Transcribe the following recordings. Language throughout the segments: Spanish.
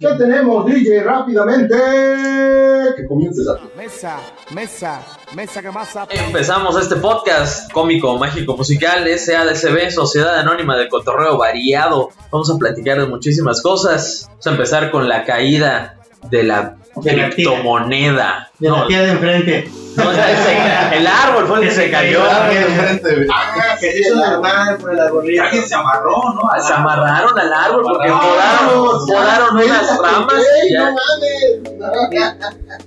¿Qué tenemos, DJ? Rápidamente. Que comiences a. Mesa, mesa, mesa que más ap- Empezamos este podcast cómico, mágico, musical, SADCB, Sociedad Anónima del Cotorreo Variado. Vamos a platicar de muchísimas cosas. Vamos a empezar con la caída de la De la tía. criptomoneda. De la No, tía de enfrente. no, ese- el árbol fue el que se cayó. este Ah, Ah, Que se hizo de armar por el arbolito. Alguien se amarró, ¿no? Ah, Se amarraron al árbol porque podaron, podaron unas ramas. y ya.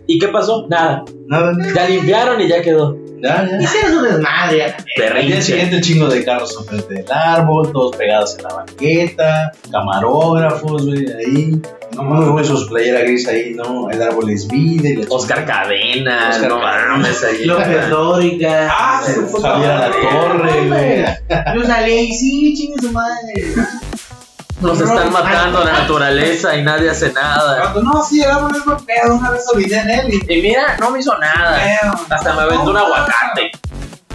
¿Y qué pasó? Nada. No, no, Ya limpiaron y ya quedó. Ya, ya. Hicieron su desmadre. Al día Berrinche. siguiente, el chingo de carros enfrente del árbol, todos pegados en la banqueta, camarógrafos, güey, ahí. No mames, güey, sus playera gris ahí, ¿no? El árbol es vida. y la Oscar Cadena. Oscar no mames, ahí. López Dóriga. Ah, se chingada. fue Javier a la torre, güey. Yo salí ahí, sí, chingue su madre. Nos están matando a la naturaleza y nadie hace nada. Cuando no, sí, el árbol es buen pedo. Una vez olvidé en él y Y mira, no me hizo nada. pedo. Hasta me aventó un aguacate.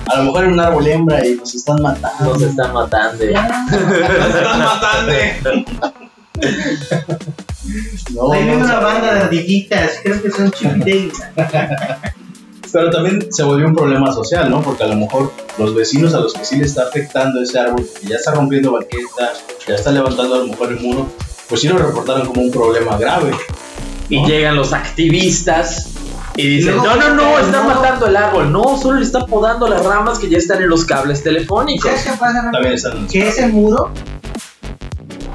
A lo mejor era un árbol hembra y nos están matando. Nos están matando. Nos están matando. No, Ahí viene no, una no. banda de ardillitas. Creo que son chipiteis. Pero también se volvió un problema social, ¿no? Porque a lo mejor los vecinos a los que sí le está afectando ese árbol, que ya está rompiendo banqueta, ya está levantando a lo mejor el muro, pues sí lo reportaron como un problema grave. Y llegan los activistas y dicen: No, No, no, no, están no. matando el árbol. No, solo le están podando las ramas que ya están en los cables telefónicos. ¿Sabes qué pasa, Ramón? También están Que ese muro,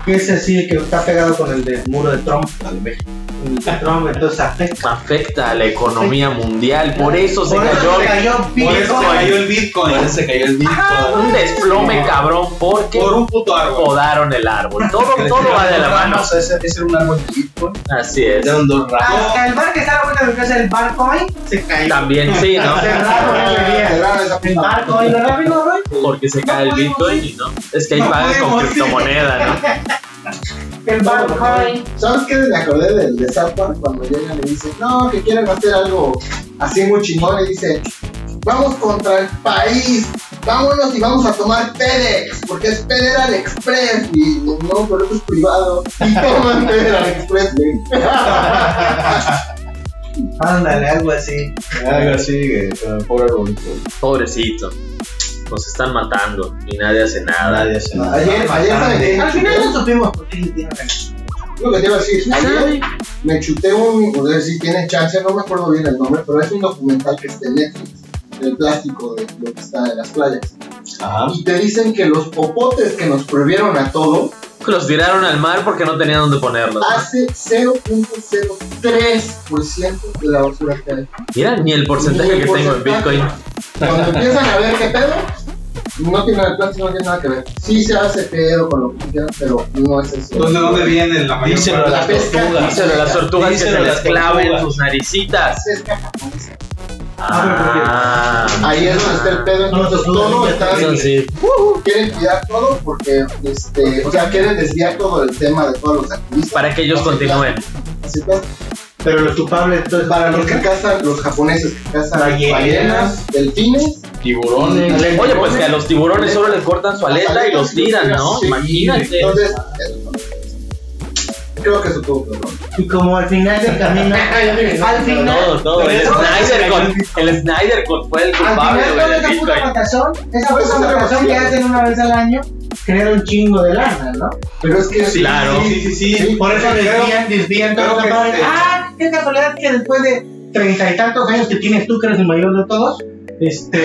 que es así, el que está pegado con el del muro de Trump. en México. El de Trump, entonces afecta. Afecta a la economía mundial. Por eso se Por eso cayó. se cayó Por eso se Bitcoin. cayó el Por Bitcoin. eso se cayó el disco. Un desplome, cabrón, porque Por un puto árbol. podaron el árbol. Todo, todo va de la mano. O sea, ese, ese era un árbol de Bitcoin. Así es. Eran dos ramas. Hasta el bar que estaba bueno de mi casa, el Barcoin, se cayó. También sí, ¿no? Cerraron Ah, ese día. El Barcoin, lo rápido, güey. Porque se cae el Bitcoin y no. Es que ahí No pagan con podemos ir. criptomoneda, ¿no? El Barcoin. ¿Sabes qué? Me acordé del de South Park cuando llegan y dicen, no, que quieren hacer algo así muy chingón. Y dicen, vamos contra el país, vámonos y vamos a tomar FedEx, porque es Federal Express. Y no, pero eso es privado. Y toman Federal Express, güey. Ándale, algo así. Ah. Algo así, que, eh, pobre arbolito. Pobrecito. Nos están matando y nadie hace nada. Nadie hace nada. Ayer, ayer, ¿saben qué? Al final no supimos por qué le dieron la Lo que te iba a decir, ayer me chuté un, no sé si tienen chance, no me acuerdo bien el nombre, pero es un documental que está en Netflix, el plástico de lo que está en las playas. Ajá. Y te dicen que los popotes que nos prohibieron a todo, Los tiraron al mar porque no tenían dónde ponerlos. hace 0.03% de la basura que hay. Mira, ni el porcentaje Ni que el tengo en porcentaje. Bitcoin. Cuando empiezan a ver qué pedo, no tiene el plástico, no tiene nada que ver. Sí se hace pedo con lo que quieran, pero no es eso. ¿Dónde, dónde viene la mayor Díselo a parte? La las pesca, tortugas. Díselo a las tortugas que Díselo se a les las claven tortugas. sus naricitas. pesca japonesa. Ah, Ahí es donde está el pedo, entonces No, todo no, está eso sí. quieren cuidar todo porque, este, o sea, quieren desviar todo el tema de todos los activistas. Para que ellos Así continúen. está, así está. Pero los culpables, entonces, Para los que cazan, los japoneses que cazan Ballenas. ballenas, delfines, Tiburones. Oye, pues que a los tiburones solo les cortan su aleta y los tiran, ¿no? Sí. Imagínate. Entonces, creo que eso tuvo que ver, ¿no? y como al final del camino, al final, Todo, todo. El Pero eso- Snyder Cut- el Snyder Cut fue el al culpable final güey, toda del esa puta Bitcoin. matazón, esa puta Pues es una matazón que basura. hacen una vez al año, crea un chingo de lana, ¿no? Pero es que Sí, claro. Sí, sí, sí. Sí. Por eso Creo- desvían, desvían creo todo que los este- Ah, qué casualidad que después de treinta y tantos años que tienes tú, que eres el mayor de todos, este,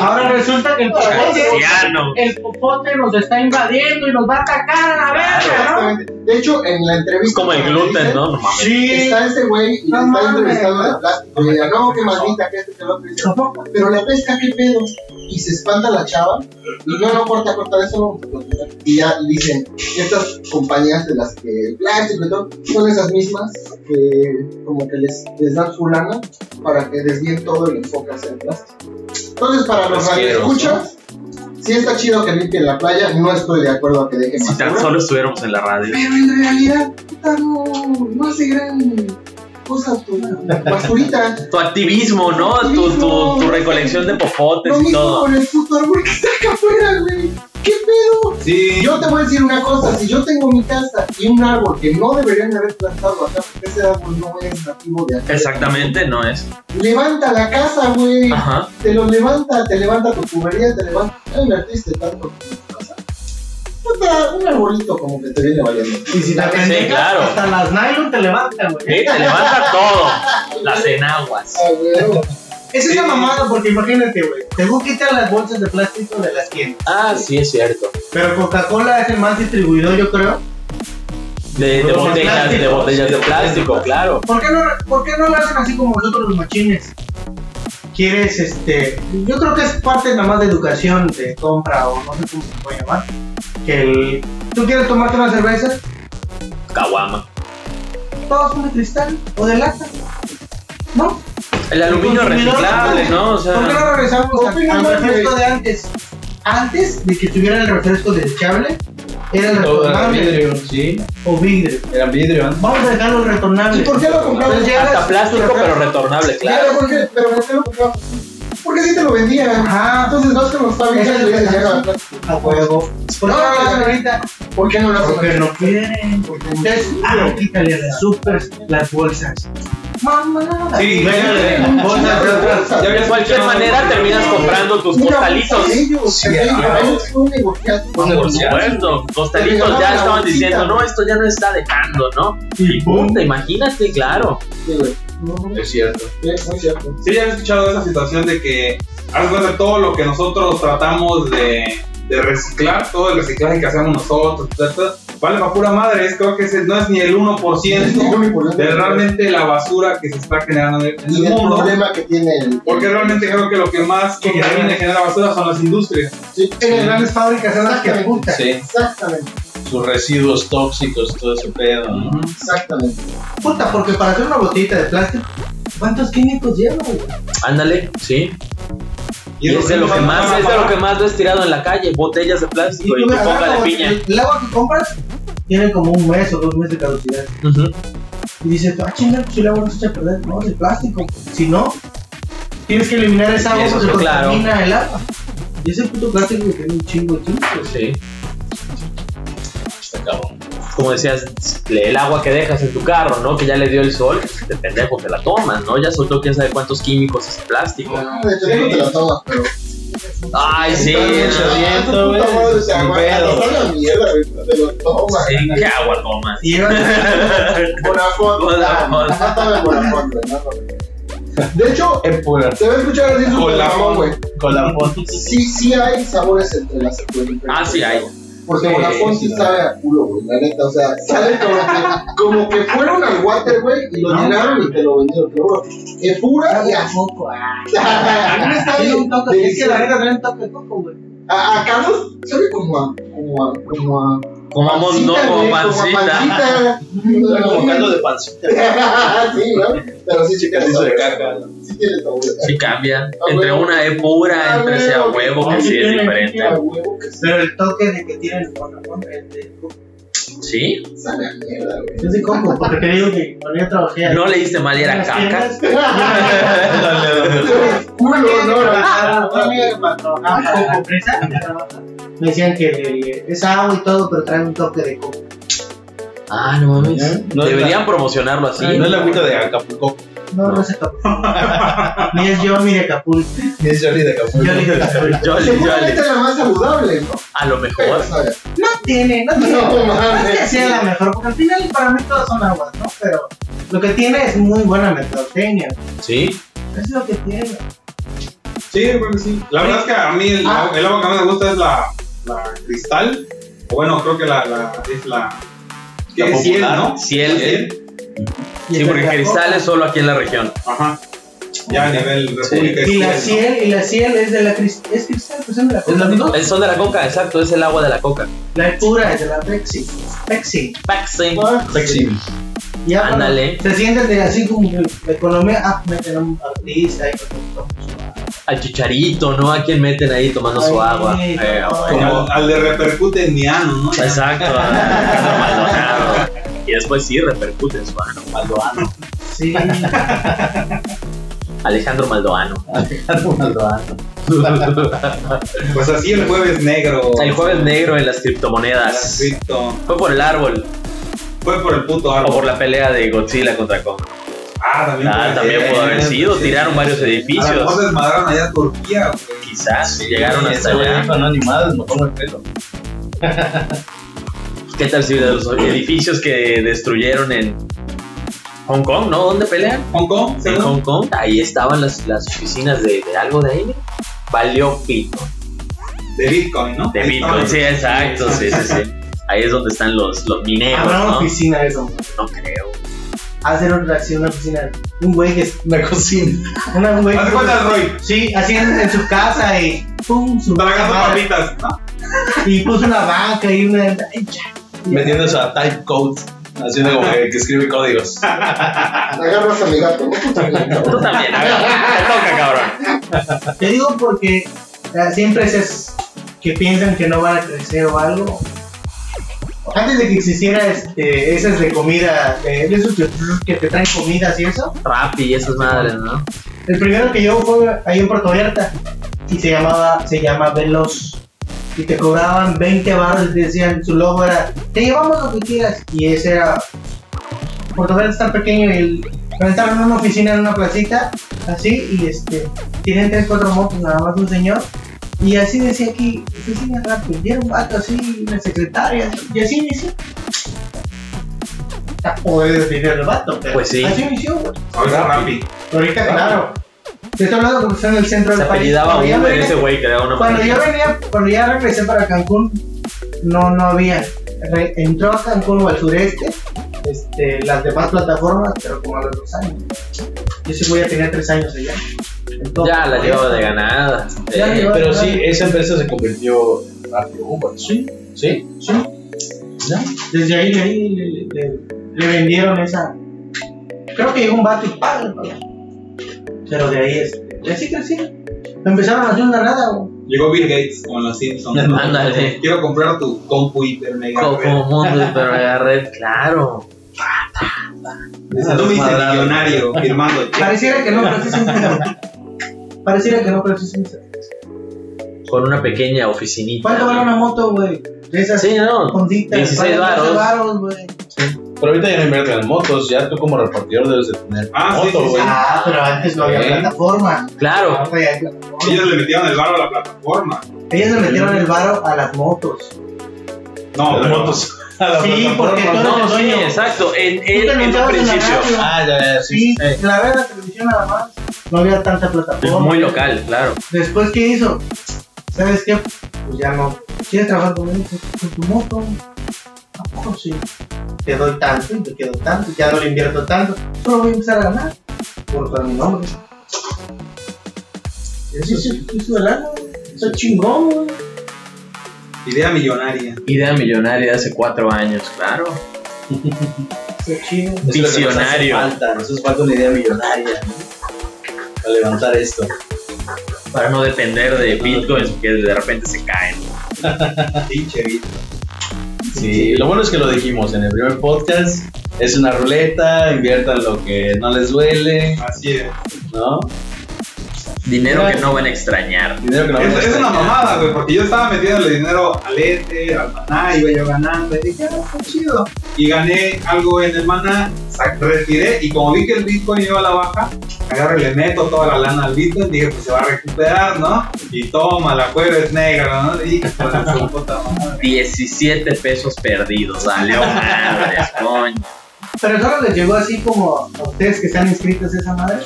ahora resulta que el popote, Cristiano. el popote nos está invadiendo y nos va a atacar a la verga, ¿no? Exactamente. De hecho, en la entrevista. Es como el gluten, ¿no? No mames. Sí. Está ese güey y No lo está mames. entrevistando de plástico. Y ella, no, que maldita, que este, que el otro. Y dice, pero la pesca, ¿qué pedo? Y se espanta la chava. Y no, no, corta, corta, eso no. Y ya dicen, estas compañías de las que el plástico y todo, son esas mismas que como que les, les dan su lana para que desvíen todo el enfoque hacia el plástico. Entonces, para los Asqueroso. radioescuchas, si está chido que limpien la playa, no estoy de acuerdo a que dejen Si tan basura. solo estuviéramos en la radio. Pero en realidad, puta, no, no hace gran cosa tu basurita. Tu activismo, ¿no? Tu, tu, tu recolección de popotes Lo y mismo todo. con el puto árbol que está acá afuera, güey. ¿Qué pedo? Sí. Yo te voy a decir una cosa, si yo tengo mi casa y un árbol que no deberían haber plantado acá, porque ese árbol no es nativo de acá. Exactamente, no es. Levanta la casa, güey. Ajá. Te lo levanta, te levanta tu tubería, te levanta. No invertiste tanto en tu casa. Puta, un arbolito como que te viene valiendo. Y si la Sí, pendejas, claro. hasta las nylon te levantan, güey. Sí, te levanta todo. Las enaguas. Ah, güey. Es Sí. una mamada porque imagínate, güey. Según quitan las bolsas de plástico de las tiendas. Ah, sí, es cierto. Pero Coca-Cola es el más distribuidor, yo creo. De, de Los botellas, de plásticos. botellas de plástico, claro. ¿Por qué no, por qué no lo hacen así como nosotros los machines? Quieres, este. Yo creo que es parte nada más de educación, de compra o no sé cómo se puede llamar. Que el. ¿Tú quieres tomarte una cerveza? Caguama. Todos son de cristal o de lata. ¿No? El aluminio consumidor, reciclable, ¿no? O ¿Por qué no sea, regresamos al, Opina al mal, refresco güey. de antes? Antes de que tuviera el refresco desechable, era el Todo era retornable vidrio, sí, o vidrio. era vidrio antes. Vamos a dejarlo el retornable. ¿Y por qué lo compramos? Entonces llegas- Pues hasta plástico, pero retornable, claro. Pero, ¿por qué, pero ¿por qué lo compramos? Porque si te lo vendían. Ajá, Entonces vas con los fabricantes y le dices, "Llega, a huevo. ¿Por qué no lo hacen ahorita? ¿Por qué no lo hacen? Porque no quieren. Entonces, ah, quítale las supers, las bolsas. Mamá. Sí, Bueno, ya- las bolsas de otras. ya De habías cualquier escuchado- manera terminas comprando tus Mira, pues, costalitos. ellos, Sí, ellos, claro. ellos son negociantes. Son negociantes. Muerto, costalitos ya estaban diciendo, no, esto ya no está dejando, ¿no? Y pum, te imagínate, claro. Sí, güey. No, no, Es cierto. es muy cierto. Sí, ya he escuchado esa situación de que haz de cuenta, todo lo que nosotros tratamos de, de reciclar, todo el reciclaje que hacemos nosotros, ta, ta, vale para pura madre, es, creo que ese no es ni el 1% de realmente la basura que se está generando en Y el el mundo. problema que tiene el. Porque realmente creo que lo que más que también genera basura son las industrias. Sí, en el gran- grandes fábricas son las que puta. Sí, Exactamente, sus residuos tóxicos, todo ese pedo, ¿no? exactamente. Puta, porque para hacer una botellita de plástico, ¿cuántos químicos lleva, güey? Ándale, sí. Y es de lo que más, es de lo que más ves tirado en la calle, botellas de plástico y tú tu ves, coca agarra de la piña. botella- El agua que compras tiene como un mes o dos meses de caducidad. Ujú. Y dices, ah, chinga, pues si el agua no se echa a perder, no, es de plástico. Si no, tienes que eliminar esa agua Eso, porque claro. contamina el agua. Y ese puto plástico que tiene un chingo de químicos. Sí. Está cabrón. Como decías, el agua que dejas en tu carro, ¿no? Que ya le dio el sol, de pendejo te la tomas, ¿no? Ya soltó quién sabe cuántos químicos ese plástico. De hecho, no te la tomas, pues, pero. Ay, sí, Ah, sí, tu puta madre, o sea, aguanta, está la mierda, güey, te lo tomas. qué agua tomas. Y llevas Bonafón. Bonafón. Ajá, toma el Bonafón, güey, no, güey. De hecho, Es pura. se va a escuchar así su Con la Bonafón, güey. Con la foto. Sí, sí hay sabores entre las entre- Ah, sí hay. Porque Sí, Bonafón sí sí. sabe a culo, güey, la neta. O sea, sabe como que, como que fueron al water, güey, y lo llenaron y te lo vendieron. Pero bueno, es pura y agua así. coco. ah. Está Tiene un bien. toque, es que la neta delicioso. trae un toque de coco, güey. A, a Carlos sabe como a. Como a. Como a. Comamos no pancita, como güey, pancita. Como a pancita. Como caldo de pancita. sí, ¿no? Pero sí, chicas, Caldo de sabor. caca. Sí tiene sabor. Sí cambia. Entre una es pura, entre sea huevo, que sí es diferente. A huevo que Pero el toque de que tiene el bonafón es de coco. ¿Sí? sabe a mierda, güey. Es de coco, porque te digo que cuando yo trabajé ahí, No leíste mal y era las caca. tiendas, Culo, no, no. Ah, con fresa, Me decían que eh, es agua y todo, pero trae un toque de coco. Ah, no mames. ¿Eh? No es Deberían promocionarlo así. No es la agüita de Acapulco, No, no es Acapulco. ni es yo, ni de Acapulco. es Jordi de Yo Acapulco. ni de Acapulco. Jolly, Seguramente jolly. la más saludable, ¿no? A lo mejor. Pero sabe. No tiene, no tiene. No, No es mames. que sea la mejor, porque al final para mí todas son aguas, ¿no? Pero lo que tiene es muy buena mercadotecnia. Sí. Es lo que tiene. Sí, bueno, sí. La verdad es que a mí el, Ah. el agua que más me gusta es la, la cristal. O bueno, creo que la, la es la. La ¿qué? Ciel, popular. ¿no? Ciel. Ciel. Y Sí, el porque de la cristal es solo aquí en la región. Ajá. Ya a nivel república coca. es Y la Ciel, ¿no? ciel, y la ciel es de la cristal, es cristal, pues es de la coca. ¿Es la misma? El son de la coca, exacto, es el agua de la coca. La pura es de la Pepsi. Pepsi. Paxi. Flexible. Ya, bueno, Ándale. Se sienten de así como que la economía, ah, meten a un artista y Al chicharito, ¿no? A quien meten ahí tomando su Ay, agua. no. Eh, Como bueno. al, al de repercute indiano, ¿no? Exacto. a- a Maldonado. Y después sí repercute en su ano. Maldoano. Sí. Alejandro Maldoano. Alejandro Maldonado. Pues así el jueves negro. El jueves negro en las Ah, criptomonedas. Cripto. Fue por el árbol Fue por el puto o árbol. por la pelea de Godzilla contra Kong. Ah, también, Ah, puede también ser. pudo haber sido. Tiraron varios A lo edificios. mejor desmadraron allá a Turquía, güey. Quizás llegaron hasta allá. No animadas, mejor me pedo. ¿Qué tal si de los edificios que destruyeron en Hong Kong, no? ¿Dónde pelean? Hong Kong, En según. Hong Kong. Ahí estaban las, las oficinas de, de algo de ahí. ¿no? Valió pito. De Bitcoin, ¿no? De Bitcoin, sí, exacto, sí, sí, sí. Ahí es donde están los, los mineros, Habrá una ¿no? oficina de eso. No creo. Hacer otra acción, una oficina. Un güey que. Una cocina. Una güey Haz de cuenta que el Roy. sí, así en, en su casa y. Pum, su Tragando madre, papitas. ¿no? Y puso una banca y una. ay, ya. Metiendo eso a type code. Haciendo como que, que escribe códigos. Agarras a mi gato. Tú también, a ver, te toca, cabrón. Te digo porque las empresas que piensan que no van a crecer o algo. Antes de que existiera este, esas de comida, eh, de esos que, que te traen comidas y eso, Rappi y esas madres, ¿no? el primero que yo fue ahí en Puerto Vallarta y se llamaba, se llama Veloz. Y te cobraban 20 barros y te decían, su logo era, te llevamos lo que quieras. Y ese era, Puerto Vallarta es tan pequeño y el, rentaron una oficina en una placita, así, y este, tienen 3, 4 motos, nada más un señor. Y así decía aquí, oficina rápido, y era un vato así, una secretaria, y así inició. Está poder dinero el vato, pero Pues sí. así inició, güey. Ahorita Rappi. Ahorita, claro. Te estoy hablando porque está en el centro Se del país. apellidaba Cuando ya Uber venía- ese güey que daba una Cuando yo madre. venía, cuando ya regresé para Cancún, no, no había. Re- entró a Cancún o al sureste, este, las demás plataformas, pero como a los dos años. Yo sí voy a tener tres años allá. Entonces, Ya la pues, llevaba de ganada. Ya la Eh, llevaba. Pero sí, esa empresa se convirtió en rápido Uber. Sí, sí, sí. ¿Ya? Desde ahí le, le- le- le vendieron esa. Creo que llegó un vato y ¡pam! Pero de ahí, este, y así crecieron. Empezaron a hacer una nada, güey. Llegó Bill Gates con los Simpsons. Ándale. Quiero comprar tu compu hipermega. Como mundo, pero la red, claro. Tú me dices millonario firmando. cheques. Pareciera que no creces un Pareciera que no creces un Con una pequeña oficinita. ¿Cuánto vale una moto, güey? De esas Sí, no. honditas. 16 vale 12 varos. varos, güey. Pero ahorita ya no invierten en motos, ya tú como repartidor debes de tener Ah, sí, moto, sí, güey. Ah, pero antes no había Sí. plataforma. Claro. Ahora ya hay plataforma. Ellos le metieron el barro a la plataforma. Ellos le metieron el varo a las motos. No, Las pero- motos. a la Sí, plataforma. porque tú- No, sí, exacto. En, en, Tú te en un anunciabas en la principio. radio. Ah, ya, ya, sí. Sí, la verdad, la televisión nada más. No había tanta Es plataforma. muy local, claro. Después, ¿qué hizo? ¿Sabes qué? Pues ya no. ¿Quieres trabajar conmigo? Con Pues, tu moto. ¿A poco sí? Te doy tanto y te quedo tanto. Ya no le invierto tanto. Solo voy a empezar a ganar. Por para mi nombre. Eso sí, eso del año. Eso es chingón, güey. Idea millonaria. Idea millonaria de hace cuatro años, claro. Eso es chido. Es lo que nos hace Visionario. Falta, nos hace falta una idea millonaria ¿no? para levantar esto. Para no depender de bitcoins que de repente se caen. Pinche vida. Sí, lo bueno es que lo dijimos en el primer podcast. Es una ruleta, inviertan lo que no les duele, Así es. ¿no? Dinero que no van a extrañar. Dinero que no Es, van a es una extrañar. mamada, güey, porque yo estaba metiéndole dinero al ETE, al maná, iba yo ganando, y dije, ah, está chido. Y gané algo en el maná, sa- retiré, y como vi que el Bitcoin iba a la baja, agarro y le meto toda la lana al Bitcoin, dije, pues se va a recuperar, ¿no? Y toma, la cueva es negra, ¿no? Y pues, su puta madre. 17 pesos perdidos. Salió madres, coño. Pero solo les llegó así como a ustedes que están inscritos a esa madre.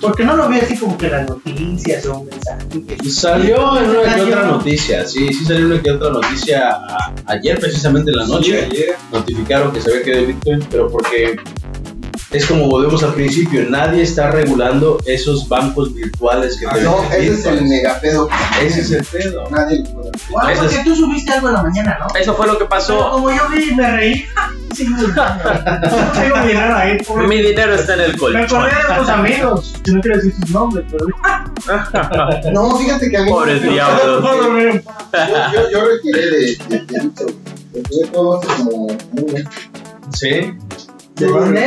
Porque no lo vi así como que las noticias o un mensaje. que- Salió en una que Salió. otra noticia, sí, sí salió en una que otra noticia a- ayer precisamente en la Sí, noche. ayer. notificaron que se había quedado Bitcoin, pero porque es como volvemos al principio, nadie está regulando esos bancos virtuales que Ah, te No, venden ese es el Bitcoin. megapedo. Ese es el pedo. Nadie lo puede. hacer. Guau, Eso porque tú subiste algo en la mañana, ¿no? Eso fue lo que Pero pasó. como yo vi y me reí. Sí, güey. no tengo mi dinero ahí. pobre. Mi dinero está en el Me colchón. acordé de tus amigos. que No quiero decir sus nombres, pero. No, fíjate que a mí. Pobre yo- diablo. Yo, yo, yo retiré de, de, de dicho. Retiré todo hace como un mes. Sí. ¿De dónde?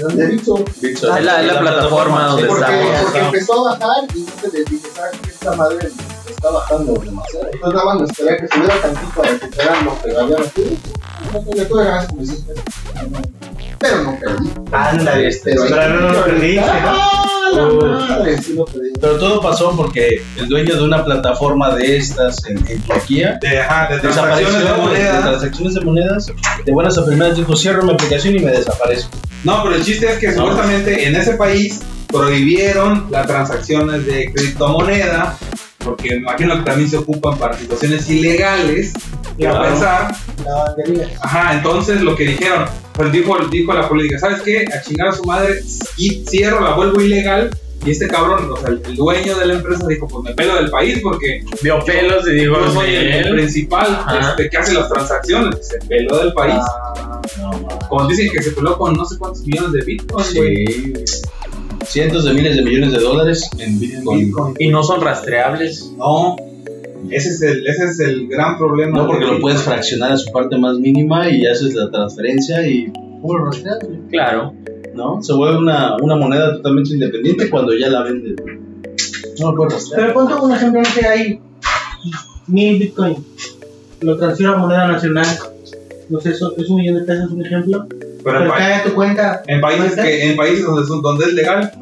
retiré. de Bitso. Bitso. Ah, Es la, es la plataforma donde Porque, estamos. porque empezó a bajar y entonces les dije, ¿sabes qué? Esta madre está bajando demasiado. Entonces nada más me esperé que subiera tantito para recuperar lo que había metido. Entonces, Le tuve ganas como hiciste. Pero no perdí. Ándale, este. Pero ahí- Pero no lo perdiste, ¿no? ¡Ah, la madre! Sí lo perdí. Pero todo pasó porque el dueño de una plataforma de estas en, en Turquía De, ajá, de desapareció transacciones de de moneda. transacciones de monedas. De buenas a primeras dijo, cierro mi aplicación y me desaparezco. No, pero el chiste es que supuestamente en ese país prohibieron las transacciones de criptomoneda, porque imagino que también se ocupan para situaciones ilegales. Y a Claro. pensar, La bandería. ajá, entonces lo que dijeron, pues dijo, dijo la política, ¿sabes qué? A chingar a su madre, y cierro, la vuelvo ilegal. Y este cabrón, o sea, el el dueño de la empresa dijo, pues me pelo del país porque Vio pelos y dijo, Yo soy el, el "Él". principal Ajá. este, que hace las transacciones, se peló del país. Ah. No, ma. Como dicen que se peló con no sé cuántos millones de bitcoins, güey. Sí, güey. Cientos de miles de millones de dólares en Bitcoin. Bitcoin. Y no son rastreables. No, ese es el, ese es el gran problema. No, porque de lo Bitcoin. puedes fraccionar a su parte más mínima y haces la transferencia y... ¿Cómo lo rastreas, güey? Claro. ¿No? Se vuelve una, una moneda totalmente independiente cuando ya la vendes. güey. No lo puedes rastrear. Pero ponte un ejemplo que hay mil bitcoins. Lo transfiero a moneda nacional. No sé, eso es un millón de pesos, un ejemplo. Pero en, Pero pa- cae a tu cuenta. en países, que, en países donde, son- donde es legal,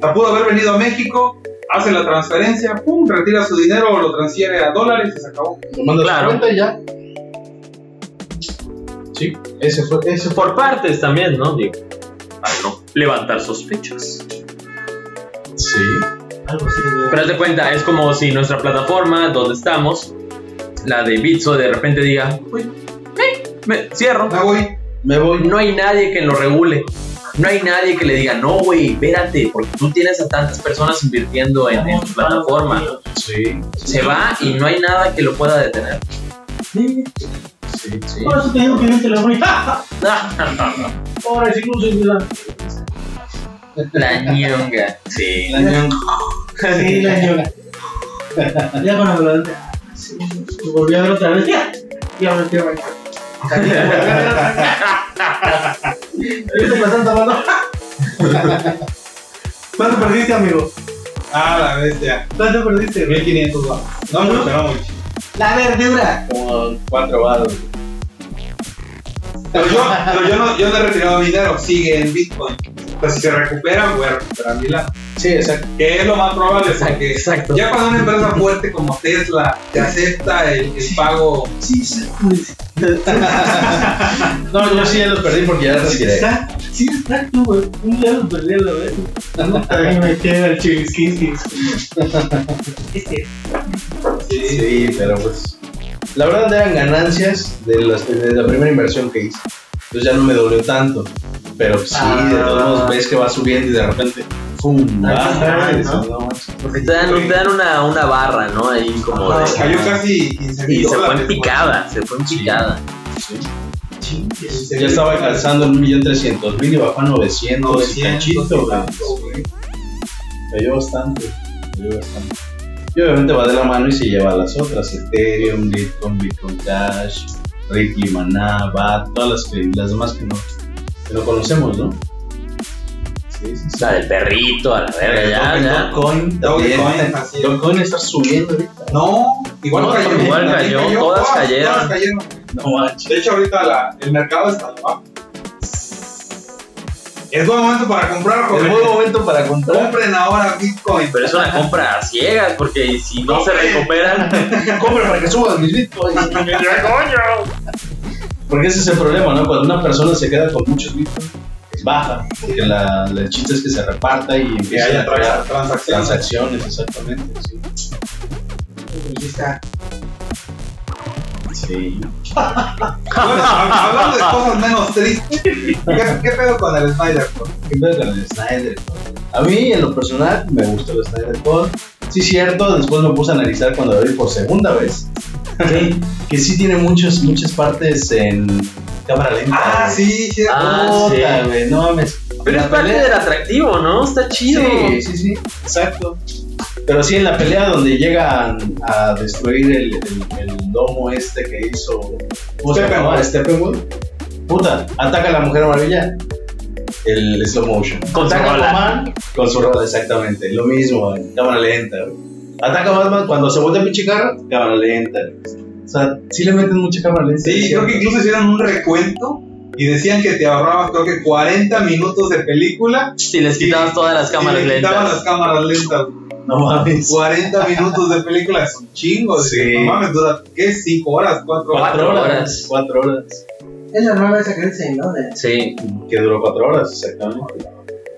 la pudo haber venido a México, hace la transferencia, pum, retira su dinero o lo transfiere a dólares y se acabó. Lo mandas Claro. a su cuenta y ya. Sí, ese fue, ese fue. Por partes también, ¿no? Digo, para no levantar sospechas. Sí. Algo así. güey. Pero haz de cuenta, es como si nuestra plataforma donde estamos, la de Bitso, de repente diga, uy, eh, me cierro. Me voy. Me voy. No hay nadie que lo regule. No hay nadie que le diga, no, güey, espérate, porque tú tienes a tantas personas invirtiendo en, en tu plataforma. Sí, Se va y no hay nada que lo pueda detener. sí, sí. Por eso te digo que no te lo voy a. Ahora sí, incluso es la. La ñonga. Sí. El año- Sí, la ñola. Ya cuando me lo dije, ah, sí, lo volví a ver otra vez. Ya, ya me metí a bañar. Yo te pasando tomando. ¿Cuánto perdiste, amigo? Ah, la bestia. ¿Cuánto perdiste? güey? 1500 va. No mucho, no mucho. La verdura. Como cuatro baros. Pero yo, pero yo no, yo no he retirado mi dinero, sigue en Bitcoin. O sea, si se recupera, voy a recuperar mi lana. Sí, exacto. Que es lo más probable, Exacto, porque exacto. ya cuando una empresa fuerte como Tesla te acepta el, el pago, Sí, sí. No, yo sí ya lo perdí porque ya lo retiré. Está, sí, está tú, güey. Un día lo perdí a la vez. También me queda el chilisquisquis. Este. Sí, sí, pero pues. La verdad eran ganancias de, las- de la primera inversión que hice. Entonces ya no me dolió tanto. Pero sí, de Ah. todos modos ves que va subiendo y de repente. ¡Fum! baja, Ah, y dices, ¿no? "No manches". Te dan, te dan una, una barra, ¿no? Ahí como de. cayó casi 15 Y se fue en dólares, güey. picada, se fue en picada. Sí. Quince Ya mil estaba dólares. alcanzando 1.300.000 y bajó a 900. y 900, cachito, güey. güey. Cayó bastante. Cayó bastante. Y obviamente va de la mano y se lleva a las otras: Ethereum, Bitcoin, Bitcoin Cash, Ricky, Maná, BAT, todas las, que, las demás que no, que no conocemos, ¿no? Sí, sí, sí. La del perrito, a la verga, ya, ya. Dogecoin también. Dogecoin, así es. Dogecoin está subiendo ahorita. No, igual ¿eh? No, cayó. igual también cayó, todas cayeron. todas cayeron. No manches. De hecho, ahorita la- el mercado está abajo. Es buen momento para Es comprar, jóvenes. buen momento para comprar. Compren ahora Bitcoin. Pero es una compra a ciegas, porque si no se recuperan, Compra para que suban mis bitcoins. Ya, coño. Porque ese es el problema, ¿no? Cuando una persona se queda con muchos bitcoins, baja. Porque la, la- el chiste es que se reparta y Que empieza haya a crear tra- transacciones. transacciones, exactamente. Sí. Ahí está. Sí. Bueno, hab- hablando de cosas menos tristes, ¿qué, qué pedo con el Snyder? Cut? ¿Qué pedo con el Snyder Code? A mí, en lo personal, me gusta el Snyder Code. Sí, cierto, después me puse a analizar cuando lo vi por segunda vez. que, que sí tiene muchas, muchas partes en cámara lenta. Ah, güey. sí, sí. oh, Ah, Puta, sí. güey, no mames. pero es La parte pelea- del atractivo, ¿no? Está chido. Sí, sí, sí, exacto. Pero sí, en la pelea donde llegan a destruir el, el, el domo este que hizo ¿cómo se Steppenwolf. llamaba? Steppenwolf. Puta, ataca a la Mujer Maravilla. el slow motion. Con su Ataca rola. Aquaman con su rola, exactamente. Lo mismo, en cámara lenta. güey. Ataca Batman cuando se vuelve pinche carro, cámara lenta. güey. O sea, sí le meten mucha cámara lenta. Sí, creo que incluso hicieron un recuento y decían que te ahorrabas, creo que 40 minutos de película. Si les quitabas todas las cámaras y le quitaban lentas. las cámaras lentas. No mames. 40 minutos de película es un chingo. Sí. dije, No mames, dura, ¿qué? 5 horas, 4 horas. Cuatro horas. horas. Cuatro horas. Es la nueva esa que dicen, ¿no? De- Sí. Que duró cuatro horas, exactamente.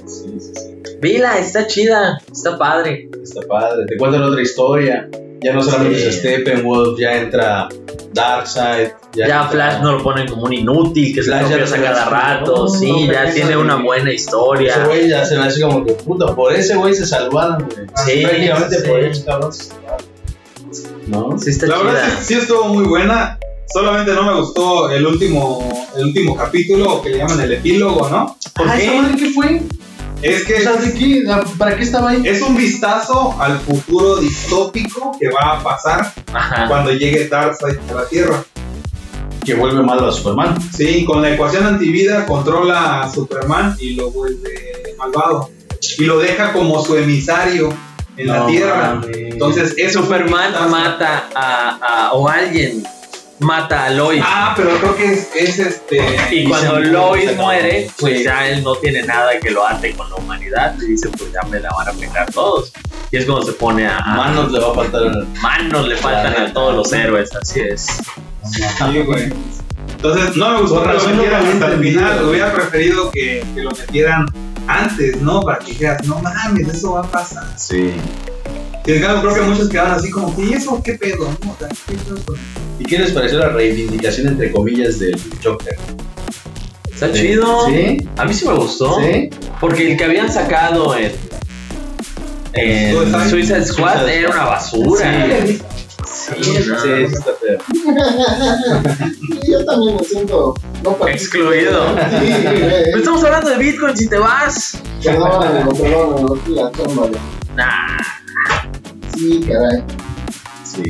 Sí, sí, sí. Vila, está chida, está padre. Está padre. Te cuentan otra historia. Ya no solamente Sí. es Steppenwolf, ya entra Darkseid. Ya, entra- Flash no lo ponen como un inútil, que se Flash ya tropieza no cada es- rato. no, sí, no, ya pero tiene eso- una buena Ese historia. güey ya se me hace como que puta, por ese güey se salvaron, güey. Sí, Prácticamente sí. por ese cabrón se salvaron. ¿No? Sí, está La chida. verdad sí, sí estuvo muy buena. Solamente no me gustó el último, el último capítulo que le llaman el epílogo, ¿no? ¿Por qué? qué fue? Es que O sea, ¿de qué? ¿Para qué estaba ahí? es un vistazo al futuro distópico que va a pasar Ajá. cuando llegue Darkseid a la Tierra. Que vuelve malo a Superman. Sí, con la ecuación antivida controla a Superman y lo vuelve malvado. Y lo deja como su emisario en la No Tierra. mames. Entonces es un Superman vistazo. mata a, a- o alguien mata a Lois. Ah, pero creo que es, es este. y y cuando se- se Lois acabó. muere, pues Sí. ya él no tiene nada que lo ate con la humanidad. Y dice, pues ya me la van a pegar todos. Y es cuando se pone a, a- Manos le va a faltar en el. manos, le faltan La neta. a todos los héroes. Así es. Sí, güey. Entonces no me gustó Por que lo razón no metieran lo hasta el entendí, final. güey. Hubiera preferido que, que lo metieran antes, ¿no? Para que dijeras, no mames, eso va a pasar. Sí. Y en cambio, creo que muchos quedaron así como, ¿y eso qué pedo? ¿no? O sea, ¿qué pedo con ¿Y qué les pareció la reivindicación, entre comillas, del Joker? Está chido. ¿Sí? A mí sí me gustó. ¿Sí? Porque el que habían sacado en, en Suicide- Suicide Squad Suicide era Squad. una basura. Sí. Sí, Sí, no. sí, está feo. Sí, yo también me siento no participo. Excluido. Sí, Pero güey. estamos hablando de Bitcoin, si te vas. Perdóname, perdóname, lo fui la tumba. güey. Nah. Sí, caray. Sí.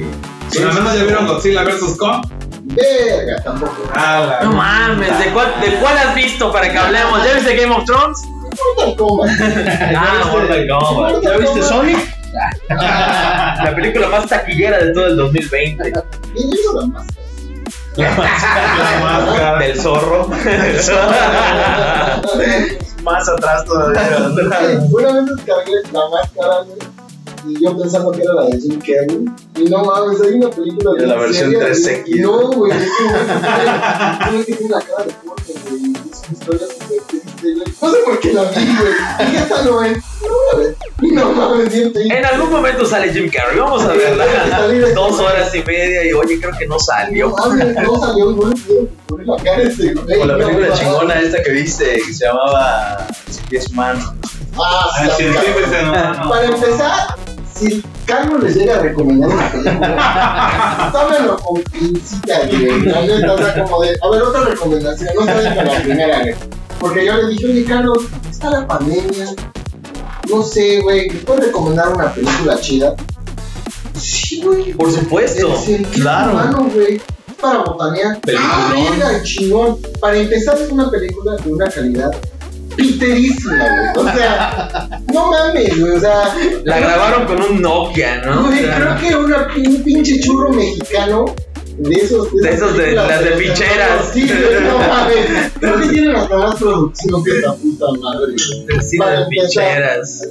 Pero al menos ya vieron Godzilla vs. Kong. Verga, tampoco. Ah, la- No mames, ¿de cuál, ¿de cuál has visto para que hablemos? ¿Ya viste Game of Thrones? Mortal Kombat. Ah, Mortal Kombat. ¿Ya viste Sonic? La película más taquillera de todo el 2020. Y yo la más. la máscara. Del zorro. Más atrás todavía. Sí, Una vez descargué la máscara, güey. Y yo pensando que era la de Jim Carrey. Y no mames, hay una película De la bien versión seria, güey. 3X. No, güey. Es como que tiene- tiene que tiene la cara de fuerte, güey. Es una historia súper triste, güey. No sé por qué la vi, güey. Y esta no es. No, güey. Y no mames, bien triste. En algún momento sale Jim Carrey, vamos a verla. Dos horas y media y oye, creo que no No salió. mames, no salió, no le pudieron poner la cara a este, güey. Con la No, película no, chingona esta que viste, que se llamaba Los pies humanos. Ah, Ah, sí, saca. sí, pues, hermano. Para empezar, si Carlos les llega a recomendar una película, tómenlo con pincita, güey. La neta, o sea, como de, a ver, otra recomendación, no se con la primera, güey. Porque yo le dije, oye, Carlos, está la pandemia, no sé, güey, ¿me puedes recomendar una película chida? Sí, güey. Por supuesto. Es el claro. Hermano, güey. Es para botanear. Ah, Peliculón. verga, chingón. Para empezar, es una película de una calidad piterísima, güey. O sea, no mames, güey. O sea, La grabaron con un Nokia, ¿no? O Güey, sea, creo que una, un pinche churro mexicano de esos. De esos de- películas las de los ficheras. Sí, güey, no mames. Creo que tienen hasta más producción que esa puta madre. el cine de pincheras.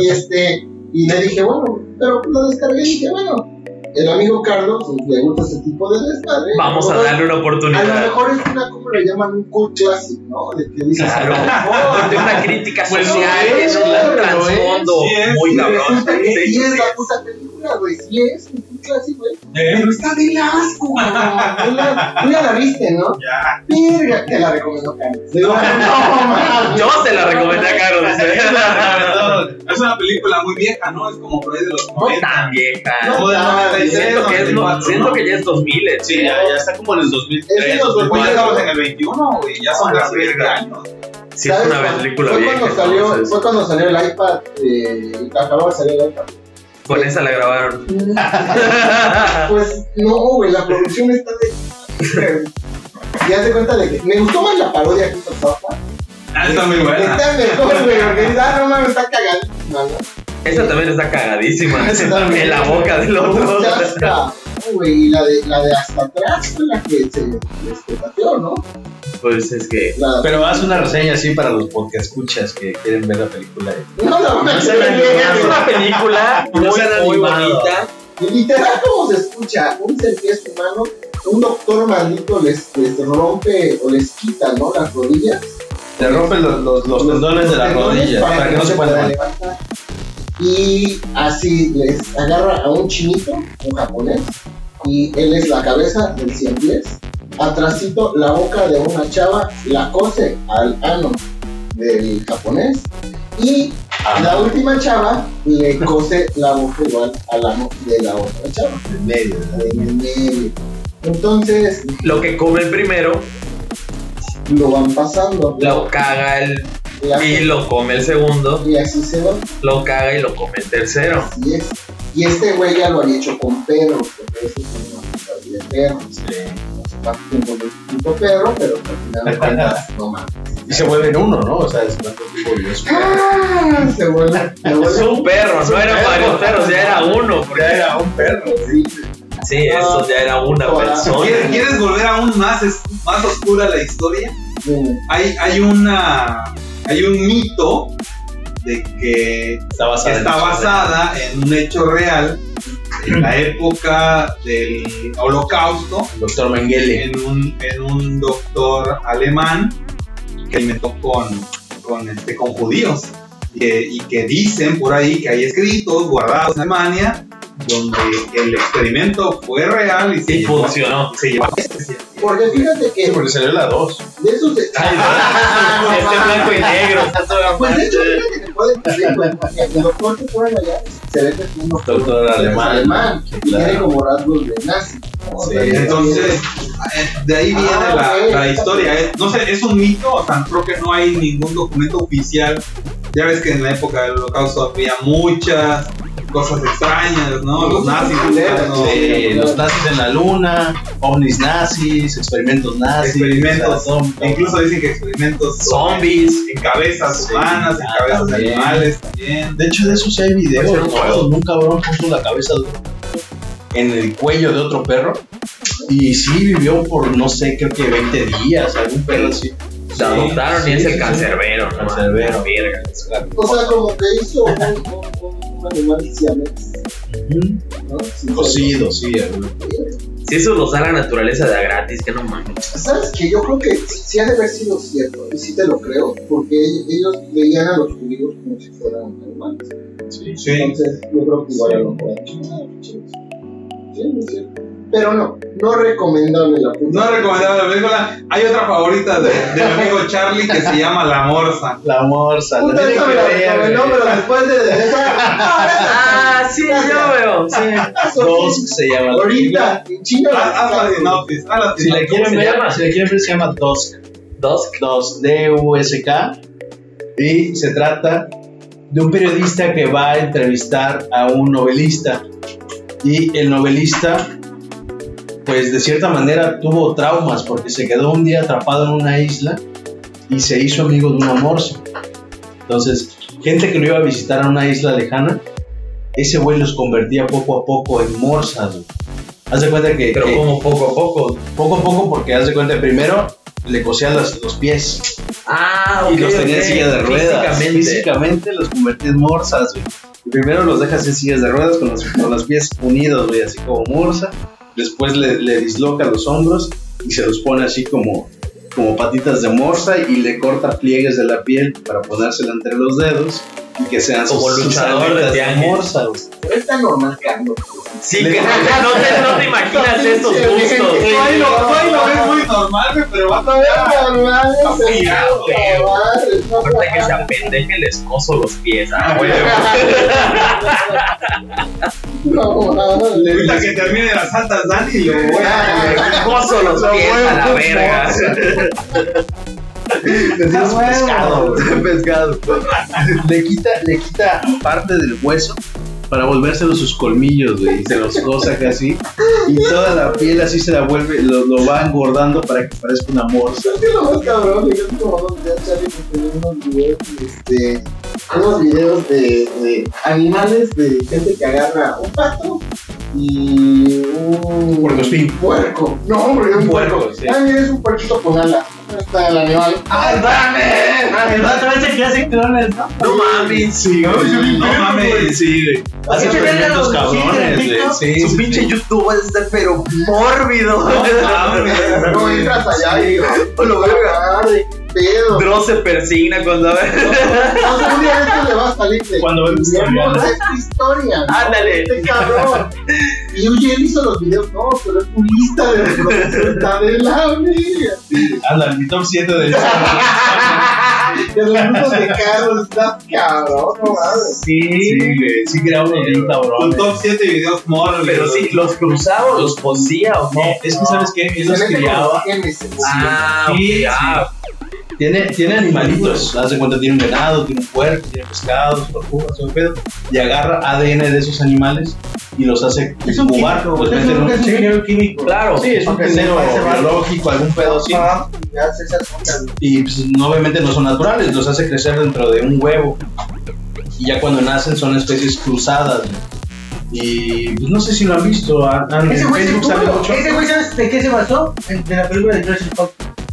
Y este, y le dije, bueno, pero lo descargué y dije, bueno, el amigo Carlos pues, le gusta ese tipo de desmadre. Vamos a Bueno, darle una A lo oportunidad. mejor es una, ¿cómo le llaman? Un cult classic, ¿no? De que dices, Claro, ¿eh? ponte una crítica Pues social, lo es, es un gran lo es. trasfondo Sí es, Oh, muy sí cabrón. Sí, Sí, es sí. la puta película, güey. Sí, es un cult classic, güey. Eh, Pero está de asco, güey. Tú la, tú ya la viste, ¿no? Ya. Verga, te la recomiendo, Carlos. No, mames. Yo se la recomendé a Carlos. ¿eh? No, Es una película muy vieja, ¿no? Es como por ahí de los No 90. tan vieja. No, Como de no, 96, siento, que es, 94, siento ¿no? que ya es ¿eh? 2000. Sí, ya, ya está como en el 2003. Es de los Pues 2004. 2000, ya estamos en el 21, güey. Ya son Ah, la casi 20 verga. años. Sí, es ¿Sabes una cuándo? película fue vieja. Cuando salió, entonces, Fue cuando salió el iPad, eh, el cacabal salió el iPad. Con esa la grabaron. Pues no, güey, la producción está de. Y haz de cuenta de que me gustó más la parodia que hizo Zappa. Ah, está muy buena. Está mejor, güey, porque dices, ah, no mames, está cagado. No, no. Esta también está cagadísima. en la boca del otro. Pues Ya está. Güey, y la de, la de hasta atrás fue la que se este, pateó, ¿no? Pues es que. La, Pero haz una reseña así para los podcast escuchas que quieren ver la película. no, no, no, Es una película No muy, se han muy animado. bonita. Y Literal, como se escucha, un serpiente humano, un doctor maldito les, les rompe o les quita, ¿no? Las rodillas. Te rompen los, los, los tendones de la tendones rodilla para que no se puedan levantar. levantar. Y así les agarra a un chinito, un japonés, y él es la cabeza del 100 pies. Atrásito, la boca de una chava la cose al ano del japonés. Y la última chava le cose la boca igual al ano de la otra chava. en medio. la de en el medio. Entonces Lo que come primero lo van pasando. lo caga el. la- Y lo come el segundo. y así se va. Lo caga y lo come el tercero. Así es. Y este güey ya lo han hecho con perros, porque eso es una fantasía de perros. Entonces, va con el tipo perro, pero al final de cuentas, no mames. Y se vuelven uno, ¿no? O sea, es un tipo de Dios. Ah, se vuelve, se Es vuelve. un perro, no eran varios perros, ya era uno. Porque era un perro. Sí. Sí, eso ya era una Ahora, ¿Quieres, persona. quieres volver aún más, es- más oscura la historia? sí. Hay, hay una. Hay un mito de que Está basada. en está hechos basada en un hecho real en la época del holocausto reales. Doctor Mengele. en un, en un doctor alemán que inventó con, con, este, con judíos y que, y que dicen por ahí que hay escritos guardados en Alemania donde el experimento fue real y se Y llevó, funcionó. se llevó Porque fíjate que Sí, porque salió la 2. de esos de. Este blanco y negro. está toda Pues de hecho, madre. fíjate que pueden decir, güey, porque el doctor que fueron allá se ve que es un doctor, Doctor alemán. Sí, y claro. tiene como rasgos de nazi. ¿no? O sea, Sí. Entonces, eh, de ahí viene Ah, la, ok. la historia. eh. No sé, es un mito, o sea, creo que no hay ningún documento oficial. Ya ves que en la época del holocausto había muchas cosas extrañas, ¿no? Los nazis buscando Sí, los nazis en la luna, ovnis nazis, experimentos nazis, o sea, experimentos. son- Incluso dicen que experimentos Zombies. en cabezas Sí. humanas, en Ah, cabezas de también. animales también. De hecho, de eso sí hay videos. Puede ser un Pues ¿no? juego. Un cabrón puso la cabeza de un perro en el cuello de otro perro y sí vivió por no sé, creo que 20 días, algún perro así. Se adoptaron y es el cáncer cancerbero, ¿no? Cancerbero. Verga. O sea, como que hizo un, un, un animal siamés, ¿no? Sin Cocido, sí. Si eso los da la naturaleza de a gratis, que no mames. Sabes que yo creo que sí sí ha de haber sido cierto, y sí te lo creo, porque e- ellos veían a los judíos como si fueran animales. Sí. Entonces, yo creo que igual a lo mejor. ah, chidos. Sí, es cierto. Pero no, no recomendable la puta. No recomendaba la película. Hay otra favorita de, de mi amigo Charlie que se llama La Morsa. La morsa. la Puta, tiene esa que me la ver, recomendó, güey. pero después de. de esa- Ah, sí, yo veo. Sí. Eso sí, Dos se llama. la película. Ahorita, en China. Haz haz la sinopsis, haz la Si la sinopsis. quieren se ver, llama? si la quieren ver, se llama Dos Dos. 2 DUSK y se trata de un periodista que va a entrevistar a un novelista y el novelista pues de cierta manera tuvo traumas porque se quedó un día atrapado en una isla y se hizo amigo de una morsa. Entonces, gente que lo iba a visitar a una isla lejana, ese güey los convertía poco a poco en morsas. güey. Haz de cuenta que Pero que- como poco a poco. poco a poco porque haz de cuenta primero le cosían las- los pies Ah, ok. y los tenía en ok. silla de ruedas. Físicamente. Físicamente los convertí en morsas, güey. Y Primero los dejas en sillas de ruedas con los, con los pies unidos, güey, así como morsa. Después le, le disloca los hombros y se los pone así como, como patitas de morsa y le corta pliegues de la piel para ponérsela entre los dedos y que sean Como sus, sus luchador de aletas de tianguis. morsa, güey. Está normal, Carlos. Sí, que no, te, no te imaginas estos gustos. Sí, Ay, lo, ay, lo no, ves muy normal, güey, pero va a Está normal, Está está pillado, normal, está Aparte que normal. se apendeje el esposo los pies. Ah, güey. No, no, le- Ahorita que termine las altas, Dani, lo voy a. Esposo los pies a la verga. Decías huevo. pescado, güey. pescado. Le quita, le quita parte del hueso para volvérselo sus colmillos, güey. Y se los cosa casi. Y toda la piel así se la vuelve, lo, lo va engordando para que parezca una morsa. Es que lo más cabrón, yo como dos días, Charlie, que tenía unos videos, este, unos videos de, de animales, de gente que agarra un pato y un Puercoespín. puerco. No, hombre, un Un puerco, puerco. sí. Ah, mira, es un puerquito con ala. Ahí Está el animal. Ah, ¡Ay, dame! El vato ese que hace clones, ¿no? No mames. Sí, güey, yo vi no videos, mames, sí, güey. Hace que vean tremendos los cabrones, chistes, güey. ¿no? Sí, Su sí, pinche sí. YouTube va a estar pero mórbido. No entras allá y digo, Lo lo voy a agarrar de pedo. Dross se persigna cuando ve. No sé, un día esto le va a salir de. Cuando ves Mi amor, historia, ¿no? es tu historia. ¿no? Ándale. Este cabrón. Y oye, él hizo los videos. No, pero es purista de la de la media. Anda, mi top 7 de De los grupos de carros, estás cabrón, no mames. Sí, güey, sí crea uno bien Tu cabrón. top 7 videos morales. Pero sí, los cruzaba, los posía o No, qué. es que sabes qué, él los Se mete con los criaba. genes. Ah, Sí, ah, Tiene, tiene animalitos, haz de cuenta, tiene un venado, tiene un puerco, tiene pescados, tortugas, todo el pedo, y agarra ADN de esos animales y los hace Es un incubar, químico. los Es mete en un es un un... ingeniero químico. claro. Sí, es un Aunque sea pendejo ese barrio. biológico, algún pedo así. Ah, ya se esas y pues, no, obviamente no son naturales, los hace crecer dentro de un huevo. Y ya cuando nacen son especies cruzadas. ¿no? Y pues no sé si lo han visto. han- han- Ese en güey se Facebook sale tuvo- mucho. Ese güey, ¿sabes de qué se basó? En- De la película de Jurassic Park.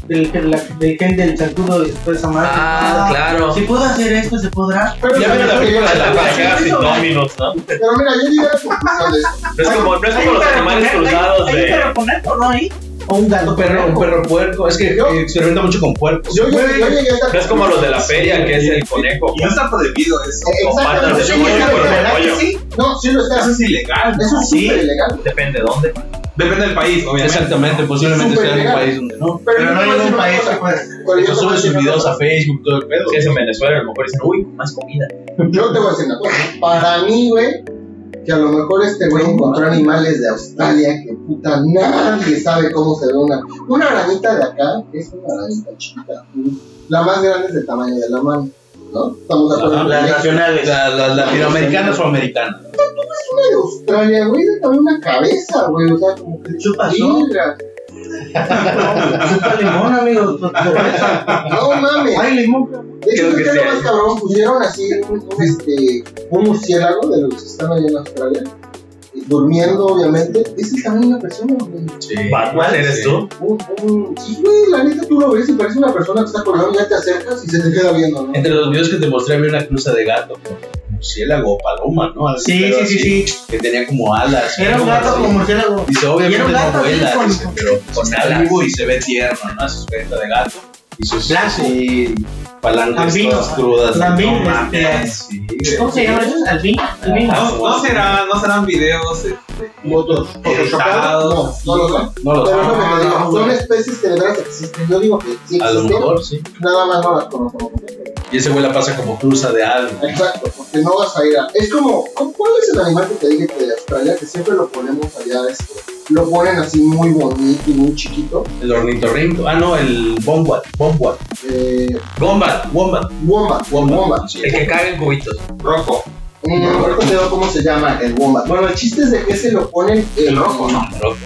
Del del- del gen del zancudo y toda esa madre. Ah, claro. Si puedo hacer esto, se podrá. Pero, Ya ven la película de la pero, pareja sin dominos, ¿no? mira, yo llegué a la conclusión de esto. No es como, no es como los animales cruzados ¿Hay un de. perro con esto, no? Ahí. O un gato Un perro, un perro puerco. Es que Yo- eh, experimenta mucho con puercos. Yo llegué, yo llegué a esta No es como los de la feria, que es el conejo. Y no está prohibido eso. Exacto, con patas no de sé, pollo, ¿verdad pero que de pollo. sí? No, sí lo está. Eso Eso es Ah, ilegal. ¿no? es súper ilegal. Depende de dónde. Depende del país, obviamente. Exactamente, posiblemente Súper sea en un legal. país donde no. Pero no hay ningún país pues. que pueda. Pero sube sus videos a Facebook, todo el pedo. Si es en Venezuela, a lo mejor dicen, uy, más comida. Yo te voy a decir una cosa. Para mí, güey, que a lo mejor este güey encontró animales de Australia que puta nadie sabe cómo se ve una. Una arañita de acá es una arañita chiquita. La más grande es del tamaño de la mano. ¿No? Estamos de acuerdo. Ajá. con Las eso. nacionales. Las latinoamericanas o americanas. Una de Australia, güey, es también una cabeza, güey. O sea, como que Chupas, ¿no? verga. Chupa limón, amigo. tu- tu- No mames. Ay, limón. De hecho, Creo ¿qué que es sí lo más hay. cabrón? Pusieron así un, un, este, un murciélago de los que están allá en Australia, eh, durmiendo, obviamente. Ese es también una persona, güey. Sí. ¿Batman eres Sí. tú? Un, un- sí, güey, la neta tú lo ves y parece una persona que está colgando, ya te acercas y se te queda viendo, ¿no? Entre los videos que te mostré había una cruza de gato, con murciélago o paloma, ¿no? Algo Sí, pero sí, sí, así, Que tenía como alas. Era un plumas, gato sí. como murciélago. Dice, Era obviamente un gato no así vuela, con- dice, pero con alas. algo y se ve tierno, ¿no? Su espeta de gato y sus Blanco. sí, palancas Lambín. todas crudas. Lambín, No mames, este, sí, ¿Cómo se llama eso? Al fin. Al fin. No, no será- no serán videos. eh, Otros, Editados. No, no lo son. No lo Pero es lo sé. que te digo, no, son güey. especies que de verdad existen. Yo digo que sí A lo existen, mejor, sí. nada más no las conozco. Y ese güey la pasa como cruza de algo. Exacto, porque no vas a ir a. Es como, ¿cu- ¿cuál es el animal que te dije que de Australia? Que siempre lo ponemos allá, este, lo ponen así muy bonito y muy chiquito. El ornitorrinco. Ah, no, el bombat. Bombat. Eh, Bombat. Wombat. wombat, wombat. Sí. El que caga en cubitos. Rojo. Mm, ahorita te digo cómo se llama el wombat. Bueno, el chiste es de que se lo ponen el rojo, ¿no? Rojo.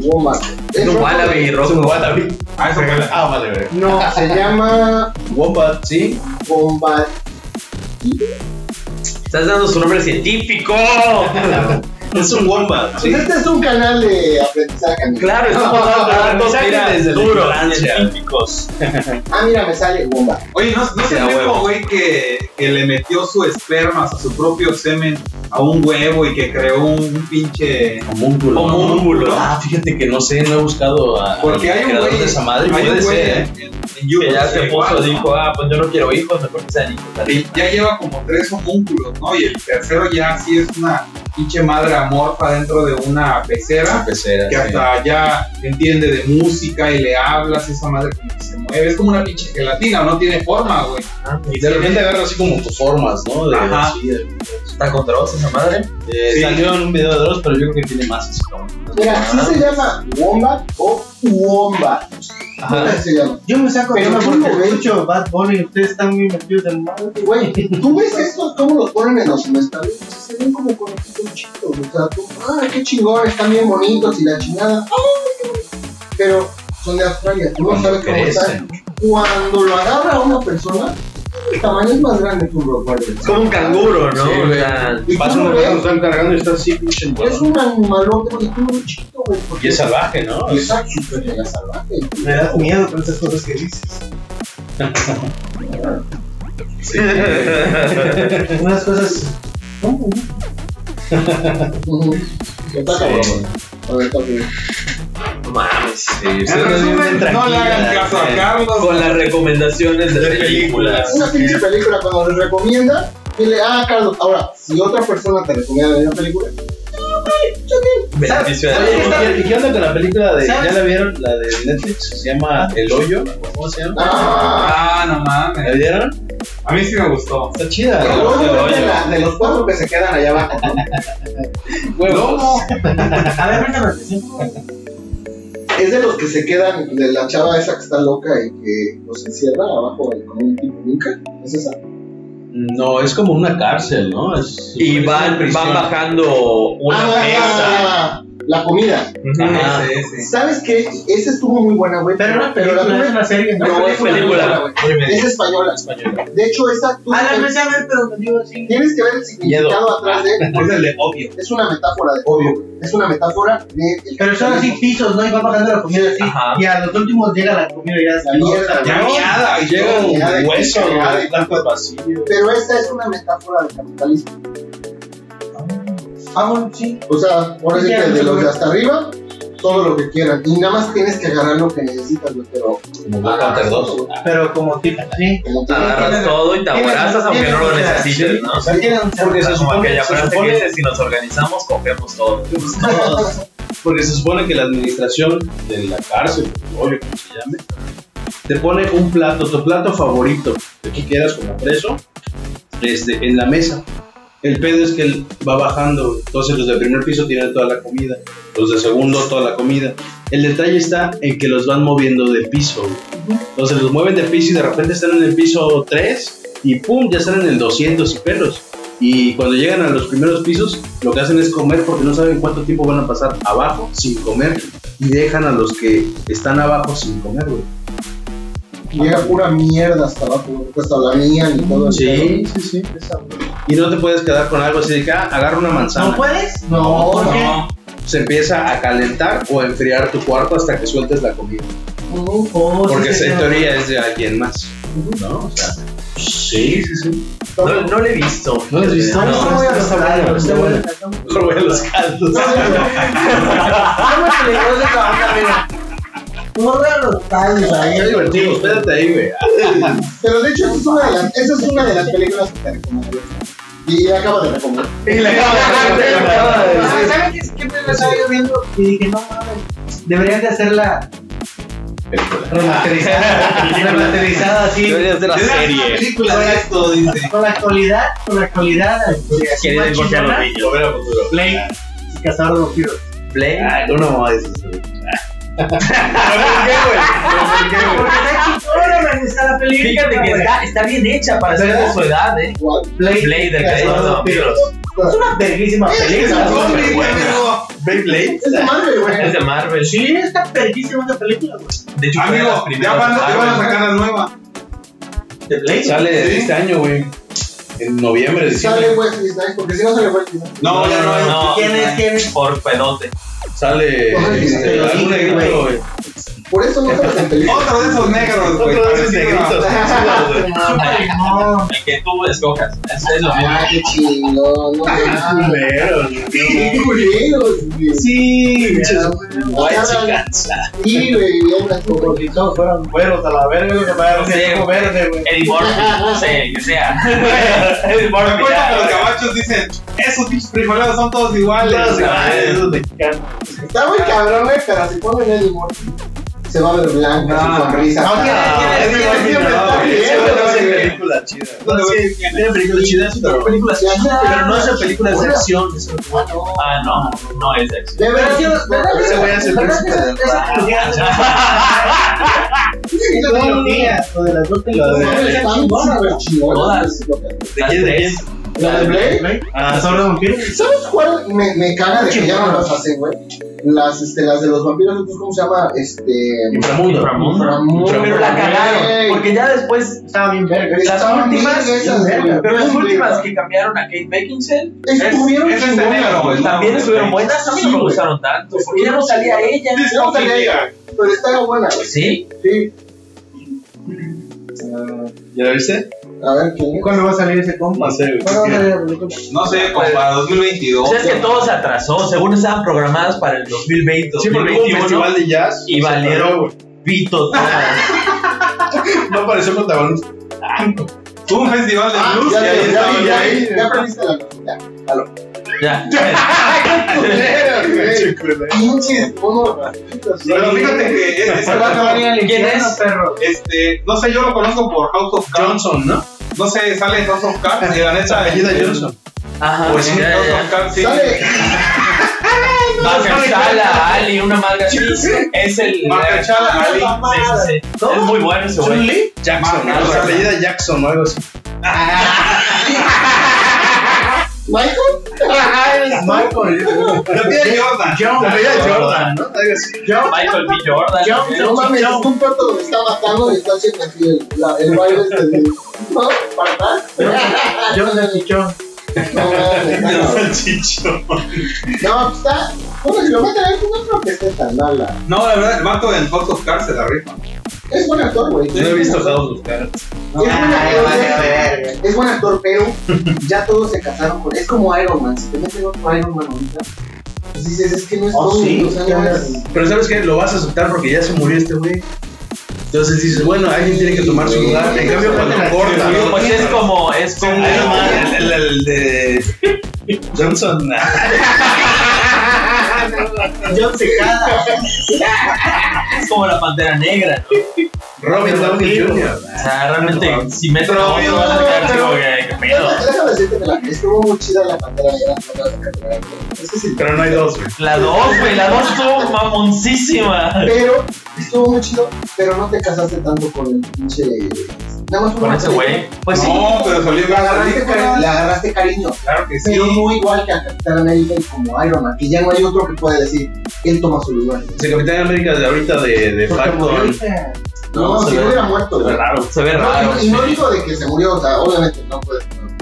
Wombat. Es un rojo. wallaby Es un rojo. wallaby. Ah, eso fue la. Ah, vale, vale. No, se llama Wombat, sí. wombat. Estás dando su nombre científico. Es un wombat, sí. Pues este es un canal de aprendizaje. amigo. Claro, estamos dando datos Mensaje mira, desde la duros, ignorancia. científicos. Ah, mira, me sale wombat. Oye, ¿no, no es Ya, el mismo huevo. güey que, que le metió su esperma, o sea, su propio semen a un huevo y que creó un pinche... Homúnculo. ¿no? Homúnculo. Ah, fíjate que no sé, no he buscado a. Porque al hay un creador güey... de esa madre, hay puede un güey ser, ¿eh? en, en YouTube, Que ya se sí, puso, igual, dijo, ah, pues yo no quiero hijos, mejor que sean hijos. ¿no? Y ya lleva como tres homúnculos, ¿no? Y el tercero ya sí es una pinche madre amorfa dentro de una pecera Una pecera, que sí. hasta ya entiende de música y le hablas y esa madre como que se mueve. Es como una pinche gelatina, no tiene forma, güey. Y de repente agarra así como tus formas, ¿no? De, Ajá. así, de- Está con Dross esa madre. eh, Sí. Salió en un video de Dross, pero yo creo que tiene más. así como- Mira, sí se llama wombat o wombat. Neta, en serio. Yo me saco Pero tema tú, porque güey. escucho Bad Bunny y ustedes están muy metidos en mal. Güey, ¿tú ves esto? ¿Cómo los ponen en los semestrales? O sea, Se ven como conejitos chiquitos. O sea, tú, ¡ay, qué chingón! Están bien bonitos y la chingada. ¡Ay, qué bonito! Pero son de Australia. Tú no sabes cómo están. Crecen. Cuando lo agarra una persona, el tamaño es más grande que un Rottweiler. Es como un canguro, ¿no? Sí, O güey. sea, Y tú Pasa lo una vez, lo ves, están cargando y está así, pinche Es un animalote, güey, tú un chiquito, güey. porque- Y es salvaje, ¿no? Es súper mega salvaje. Me da miedo con esas cosas que dices. Sí. Unas cosas. ¿Cómo? Ujú. Está cabrón, güey. A ver, está bien. no mames. En resumen, no le hagan caso a Carlos. Con las recomendaciones de películas. una pinche película cuando les recomienda, dile, ah, Carlos, ahora, si otra persona te recomienda ver una película, Beneficio de la ¿Sabes? duda. ¿Y qué onda con la película de. ¿Sabes? ¿Ya la vieron? La de Netflix, se llama El Hoyo. ¿Cómo se llama? ah, Ah, no ¿La mames. vieron? A mí sí me gustó. Está chida. el ¿no? otro es de, la- de los cuatro que se quedan allá abajo. Huevos. A ver, venga, presento. Es de los que se quedan, de la chava esa que está loca y que los encierra abajo eh, con un tipo nunca. Es esa. No, es como una cárcel, ¿no? Es- Y van, es una van prisión. bajando una Ah, mesa. La comida. Ah. Ajá. Ajá, sí, sí. ¿Sabes qué? Esa estuvo muy buena, güey. Pero no, pero la no es primera- una serie. ¿no? No, es una película. película, güey. Muy bien. Es española. Española. De hecho, esa tú Ah, la empecé a ver, pero me dio así. tienes que ver el significado atrás de Es el de obvio. es una metáfora de obvio, es una metáfora de el Pero son así pisos, ¿no? Y va bajando la comida así. Ajá. Y a los últimos llega la comida y ya La mierda, ya. Ya miada. y Llega yo- Ya de- un hueso, ya de- güey, tanto vacío. pero esta es una metáfora del capitalismo. Ah, bueno, sí. O sea, ahora sí Sí, que sí, de sí. los de hasta arriba, todo lo que quieran. Y nada más tienes que agarrar lo que necesitas, güey, pero Como Black Panther 2. Pero como tipo, sí. como Te te- Agarras todo y te abrazas aunque no lo necesites, ¿no? sea, tiene un- porque se Como supone, aquella se frase que supone- dice, si nos organizamos, cogemos todo. porque se supone que la administración de la cárcel, o hoyo, como se llame, te pone un plato, tu plato favorito, el que quieras como preso, este, en la mesa. El pedo es que él va bajando, entonces los del primer piso tienen toda la comida, los de segundo toda la comida. El detalle está en que los van moviendo de piso. güey. Entonces los mueven de piso y de repente están en el piso 3 y pum, ya están en el 200 y pelos. Y cuando llegan a los primeros pisos, lo que hacen es comer porque no saben cuánto tiempo van a pasar abajo sin comer. Y dejan a los que están abajo sin comer, güey. Llega pura mierda hasta abajo, güey, puesto la mía y todo. el pedo. sí, sí. Y no te puedes quedar con algo así de que ah, agarra una ¿No manzana. puedes? No, ¿Por qué? No, Se empieza a calentar o a enfriar tu cuarto hasta que sueltes la comida. Ujú. Oh, sí, Porque sí, se- en sí. teoría es de alguien más. ¿No? O sea, sí, sí, sí. No, no lo he visto. ¿No lo has fíjate. visto? No, No. no voy a los caldos, está no voy a bueno. los caldos. Mejor voy a los caldos. No, no, no. Vamos a leer los de la banda, mira. Corre a los caldos ahí. Qué divertido, espérate ahí, güey. Pero de hecho, esa es una de las, esa es una de las películas que te recomiendo. Y acaba de recomendar. Y le Ah, acaba de decir. ¿Saben qué, qué película estaba yo viendo? Y dije, no mames, deberían de hacerla remasterizada, remasterizada así. Deberías de la serie. película de esto, dice. Con la actualidad, con la actualidad, este, así Querida divorciar a los machillona, niños. Play y Cazador de vampiros. Play. Ay, no, no, es Porque está chingona, me gusta la película. Fíjate que güey. está, está bien hecha para ser de su edad, ¿eh? Blade, Blade, del Cazador Cazador de Vampiros. Es una verguísima película. güey. Beyblade. Es de madre, güey. Es de Marvel. Sí, está verguísima esa película, güey. De hecho, fue de las Amigo, ya primeras van, ya Marvel. van a sacar la nueva. ¿De Blade? Sale Sí. este año, güey. En noviembre, diciembre. Sale Wesley Snipes, porque si no sale Wesley Snipes. No, ya no, No, no. ¿Quién es? ¿Quién es? Por pedote. Sale Ay, este, sí, algún güey. negrito, güey. Por eso no sale en películas. Otro de esos negros, güey. Otro de esos parecido. negritos. Ah, No, El que tú escojas. Es, es lo mismo. Ah, qué chingón, no Ah, mames. Qué culeros, güey. Sí, Ahora, Sí, güey, ya las como cosas. si todos fueran güeros a la verga, güey, que Sí, parece como güey. verde, güey. Eddie Murphy, no sé, que sea. Eddie Me Murphy. acuerdo que ya. los cabachos dicen, esos pinches frijoleros son todos iguales. Todos iguales. Esos de- Está muy cabrón, güey, pero si ponen Eddie Murphy, se va a ver blanca su sonrisa. No, ¿quién es? ¿Quién es? Ah, ¿Quién es? Eddie Murphy ¿Quién es? no, ¿Quién güey, es? ese ¿Quién güey no se película chida. No, sí, es? ve. tiene películas chidas, pero, películas pero no hacen películas de Bueno. acción. eso. Ah, no, no es de acción. Debe Pero sí, ser. ¿verdad que Ese güey hace el ¿verdad que príncipe esa- del esa trilogía- esa trilogía, lo de las dos La de- películas, Están súper chingonas. ¿De quién es? La de Blade. Ah, ¿Las obras de un crimen? ¿Sabes cuál me, me caga de que ya no las hacen, güey? Las, este, las de los vampiros, ¿no? ¿cómo se llama? Este. Inframundo. Inframundo. Pero la cagaron, porque ya después Estaba bien verga. las Estaban últimas, bien esas, güey. pero las Bien últimas verga. que cambiaron a Kate Beckinsale Estuvieron Es- es este chingonas, negro, güey. güey. también estuvieron buenas, a mí no Sí, me güey. gustaron tanto, porque ya no salía ella. No salía ella, Pero estaba buena, güey. Sí, Sí. ¿Ya la viste? A ver quién es. ¿Cuándo va a salir ese compa? No sé, güey. ¿Cuándo va a salir la película? No sé, como para 2022. o sea, es que todo se atrasó, según estaban programadas para el 2020, Sí, porque hubo un 2021, festival de jazz. y o sea, valieron pito todas. pero No apareció protagonista. Tuvo un festival de Ah, blues ya, y ahí te- ya, estaba ya, el güey. ya, ya perdiste la noticia. Ya, Culero, Pero güey. Pinches monos racistas, Pero güey. fíjate que este, Se va a acabar en el ¿Quién infierno, es? perro. este, no sé, yo lo conozco por House of Cards. Johnson, ¿no? No sé, sale en House of Cards y la neta. Apellida este, Johnson. ajá, Por si ya, House ya, of Cards, Pues sí. Sale. ya. Mahershala Ali, una madre así, es el... Mahershala Ali. Sí, sí, sí. Es muy bueno ese güey. Jackson. Mark ¿no? O sea, Jackson. apellida Jackson o algo así. Michael. Michael. La tía Jordan. John. Apellida Jordan. Jordan, ¿no? Algo así. Michael B. Jordan. John. No mames, es un puerto donde está matando y está haciendo así el, la, el baile este de. ¿No? ¿Para atrás? John de Chichón. No, mames, no, no. No, pues está. Bueno, si lo matan a él, no creo que esté tan mala. No, la verdad, el vato en House of Cards se la rifa. Es buen actor, güey. Yo no he visto House of Cards. Es buen actor, güey. Es buen actor, pero ya todos se casaron con Es como Iron Man. Si te meten otro Iron Man ahorita, pues dices, es que no es Oh, todo. sí, o sea, ya no es- ves. Pero ¿sabes qué? Lo vas a aceptar porque ya se murió este güey. Entonces dices, bueno, alguien tiene que tomar su lugar. En cambio, cuando corta, Digo, Pues es como, es como... Iron Man, el, el- el de Johnson. John se casa. Es como la pantera negra. Robin Downey Jr. O sea, realmente, si metes Pero- a Iron Man, vas a quedar así como que, qué pedo. Déjame- Déjame decirte que la, estuvo muy chida la pantera negra. no te vas a capturar, güey. Es que sí. Pero no hay dos, güey. La 2, güey, la 2 estuvo mamoncísima. Pero estuvo muy chido, pero no te casaste tanto con el pinche. Nada más fue Con una ese película. güey. Pues sí. no, pero salió Le bien agarraste, cari- le rica. agarraste cariño. Claro que sí. Pero no igual que a Capitán América y como Iron Man, que ya no hay otro que pueda decir él toma su lugar. Ese Capitán América de ahorita de, de Porque facto. murió. No, se si ve- no hubiera muerto. Se ve güey. raro, se ve raro. No, y, y no digo de que se murió, o sea, obviamente no puede. no.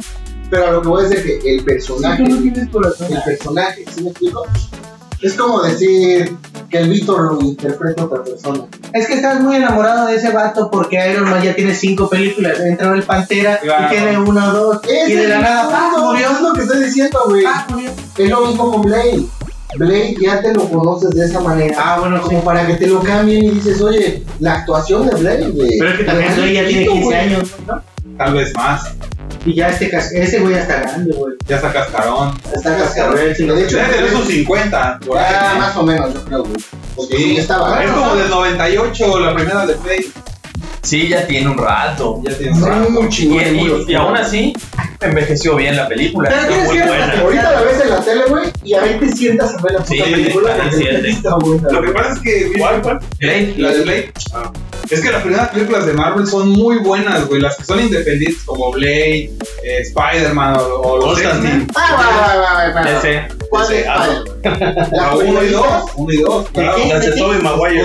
Pero a lo que voy a decir es que el personaje, Tú no tienes corazón. el personaje, ¿sí me explico? Es como decir que el Víctor lo interpreta a otra persona. Es que estás muy enamorado de ese vato porque Iron Man ya tiene cinco películas. Entró el Pantera Claro. y tiene una o dos. Ese Y de la es nada, el ¡ah, punto, murió! es lo que estoy diciendo, güey. ¡Ah, murió! Es lo mismo con Blade. Blade ya te lo conoces de esa manera. Ah, bueno, sí. como para que te lo cambien y dices, oye, la actuación de Blade. de- Pero es que también de- Blade ya tiene güey. 15 años, ¿no? Tal vez más. Y ya este, cas- ese güey ya está grande, güey. Ya está cascarón. Está cascarón. Sí, De hecho, Debe tener sus 50. Por ahí. ah, más o menos, yo creo, güey. Porque Sí. estaba. Es como del 98, la primera de Play. Sí, ya tiene un rato. Ya tiene un rato. Muy Y, chingón. y- muy y oscuro. aún así, envejeció bien la película. Pero Está tienes muy que- buena. Ahorita la ves en la tele, güey, y a ver te sientas a ver la puta Sí, película. ahí porque siente. Está buena. Lo que pasa es que. Blade, La de Blade. Ah. Es que las primeras películas de Marvel son muy buenas, güey. Las que son independientes, como Blade, eh, Spider-Man o, o los X-Men. Constantine. Ah, va, va, va, va, va. ese. ¿Cuál ese, es? ah, ¿Cuál? La La 1 y 2. primera. 1 y 2. Claro. Las de Tobey Maguire.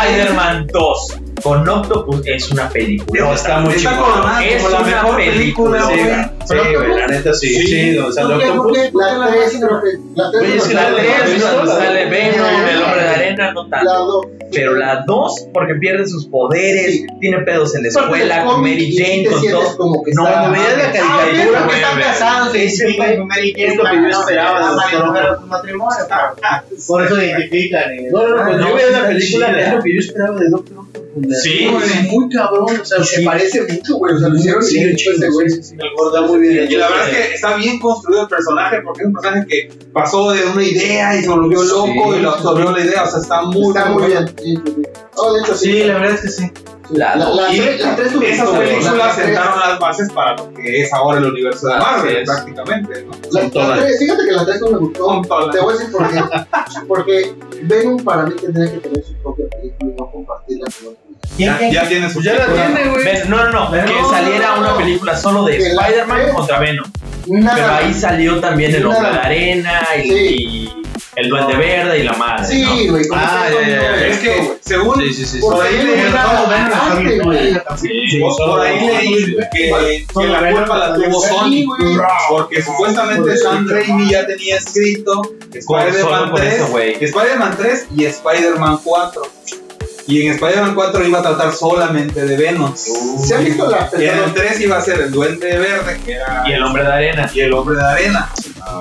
Spider-Man 2 con Octopus es una película. No, está muy Está chingón. coronada Es como la una mejor película, película, Sí, güey. güey. Sí, güey, la neta sí. Sí, donde sale Ok, Octopus. ok. La 3, creo que. La 3 Oye, es que La ¿La 3 has cuando visto? sale Venom, Ah. el hombre de arena, no La tanto. 2. Pero la 2 porque pierde sus poderes, Sí. tiene pedos en la escuela, con Mary Jane, con todo. Como que No, está- me veía la Ah, caricatura, pero que güey, están güey. casados, se identifican con Mary Jane. Es lo que yo Ah, no, esperaba de ah, los vale, Thor. no era un matrimonio. Ah, ah, Por eso se identifican. eh. No, no, no, cuando no, yo veía la está película, chida. es lo que yo esperaba de Doctor Octopus. Sí, güey. güey. muy cabrón. O sea, Se parece mucho, güey. O sea, lo hicieron Sí, bien chido, chido ese güey. El gordo está muy bien. Y la verdad es que está bien construido el personaje porque es un personaje que pasó de una idea y se volvió loco y lo absorbió la idea. O sea, está muy, Está muy bueno. bien. Sí, sí, sí. Oh, de hecho, sí. Sí, la verdad es que sí. La La, la, Y tres- la tres tuvieron- Esas la- películas la- sentaron las bases para lo que es ahora el universo de Así Marvel, es. prácticamente. ¿no? la- la todas. tres- Fíjate que la 3 no me gustó. Son todas. Te voy a decir por qué. Porque Venom para mí tendría que tener su propia película y no compartirla con otros. Ya, ya tiene Pues su Ya la película. tiene, güey. Ven- No, no, no. Pero que no, saliera no, no. una película solo de Que la Spider-Man tres- contra Venom. Pero Nada. ahí salió también el Hombre de Nada. Arena y, y el Duende Verde y la madre. ¿no? Sí, güey. como Ah, que ya, eso ya, no ya. me Es gustó, que, güey. según sí, sí. Por ahí Solo leí Venom, nada solo Venom está antes, bien. güey. Sí, pues, Por- solo- por ahí leí que, que solo la Venom culpa la salió. tuvo Sí, Sony, güey. porque supuestamente Sam Raimi ya tenía escrito Por- solo Spider-Man por eso, 3, güey. Spider-Man 3 y Spider-Man 4. Y en Spider-Man 4 iba a tratar solamente de Venom. ¿Se han visto la Y en película? el 3 iba a ser el Duende Verde, que era Y el Hombre de Arena. y el hombre de arena.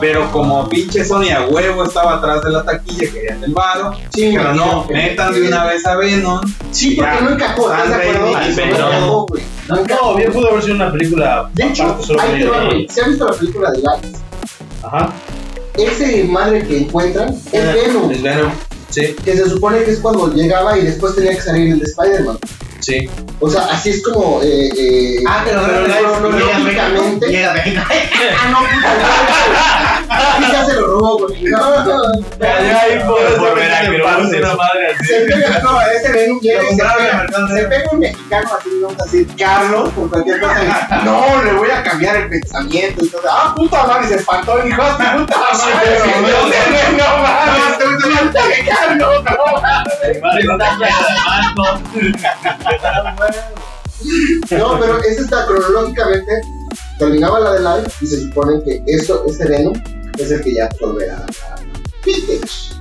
Pero como pinche Sony a huevo estaba atrás de la taquilla, querían el varo. Sí, Pero no, sí. metan de una vez a Venom. Sí, porque Ya, no encajó, Sam ¿estás de acuerdo? No Raimi, Venom. encajó, güey. No encajó. No, bien pudo haber sido una película. De hecho, aparte, solo ahí te con va, ella. güey. ¿Se ha visto la película de Lance? Ajá. Ese madre que encuentran es Venom, Es Venom. Sí, que se supone que es cuando llegaba y después tenía que salir el de Spider-Man. sí. O sea, así es como. Eh, eh, Ah, pero Pero no, no, lógicamente- Llega Venom. ah, no, puta madre, güey. Ya se lo robó, güey. No, no, no. Por Veracruz, una madre así. Se pega, no, ese Venom llega y se compraron en el pega. mercado Se pega un mexicano así, vamos a decir, Carlos, por cualquier cosa. y, No, le voy a cambiar el pensamiento. Entonces, ah, puta madre, se espantó, hijo de puta madre. pero, No, no, no, mames, te voy a matar, Carlos, no mames. No, pero esa está cronológicamente. Terminaba la de Live y se supone que eso, ese Venom es el que ya volverá a Vintage.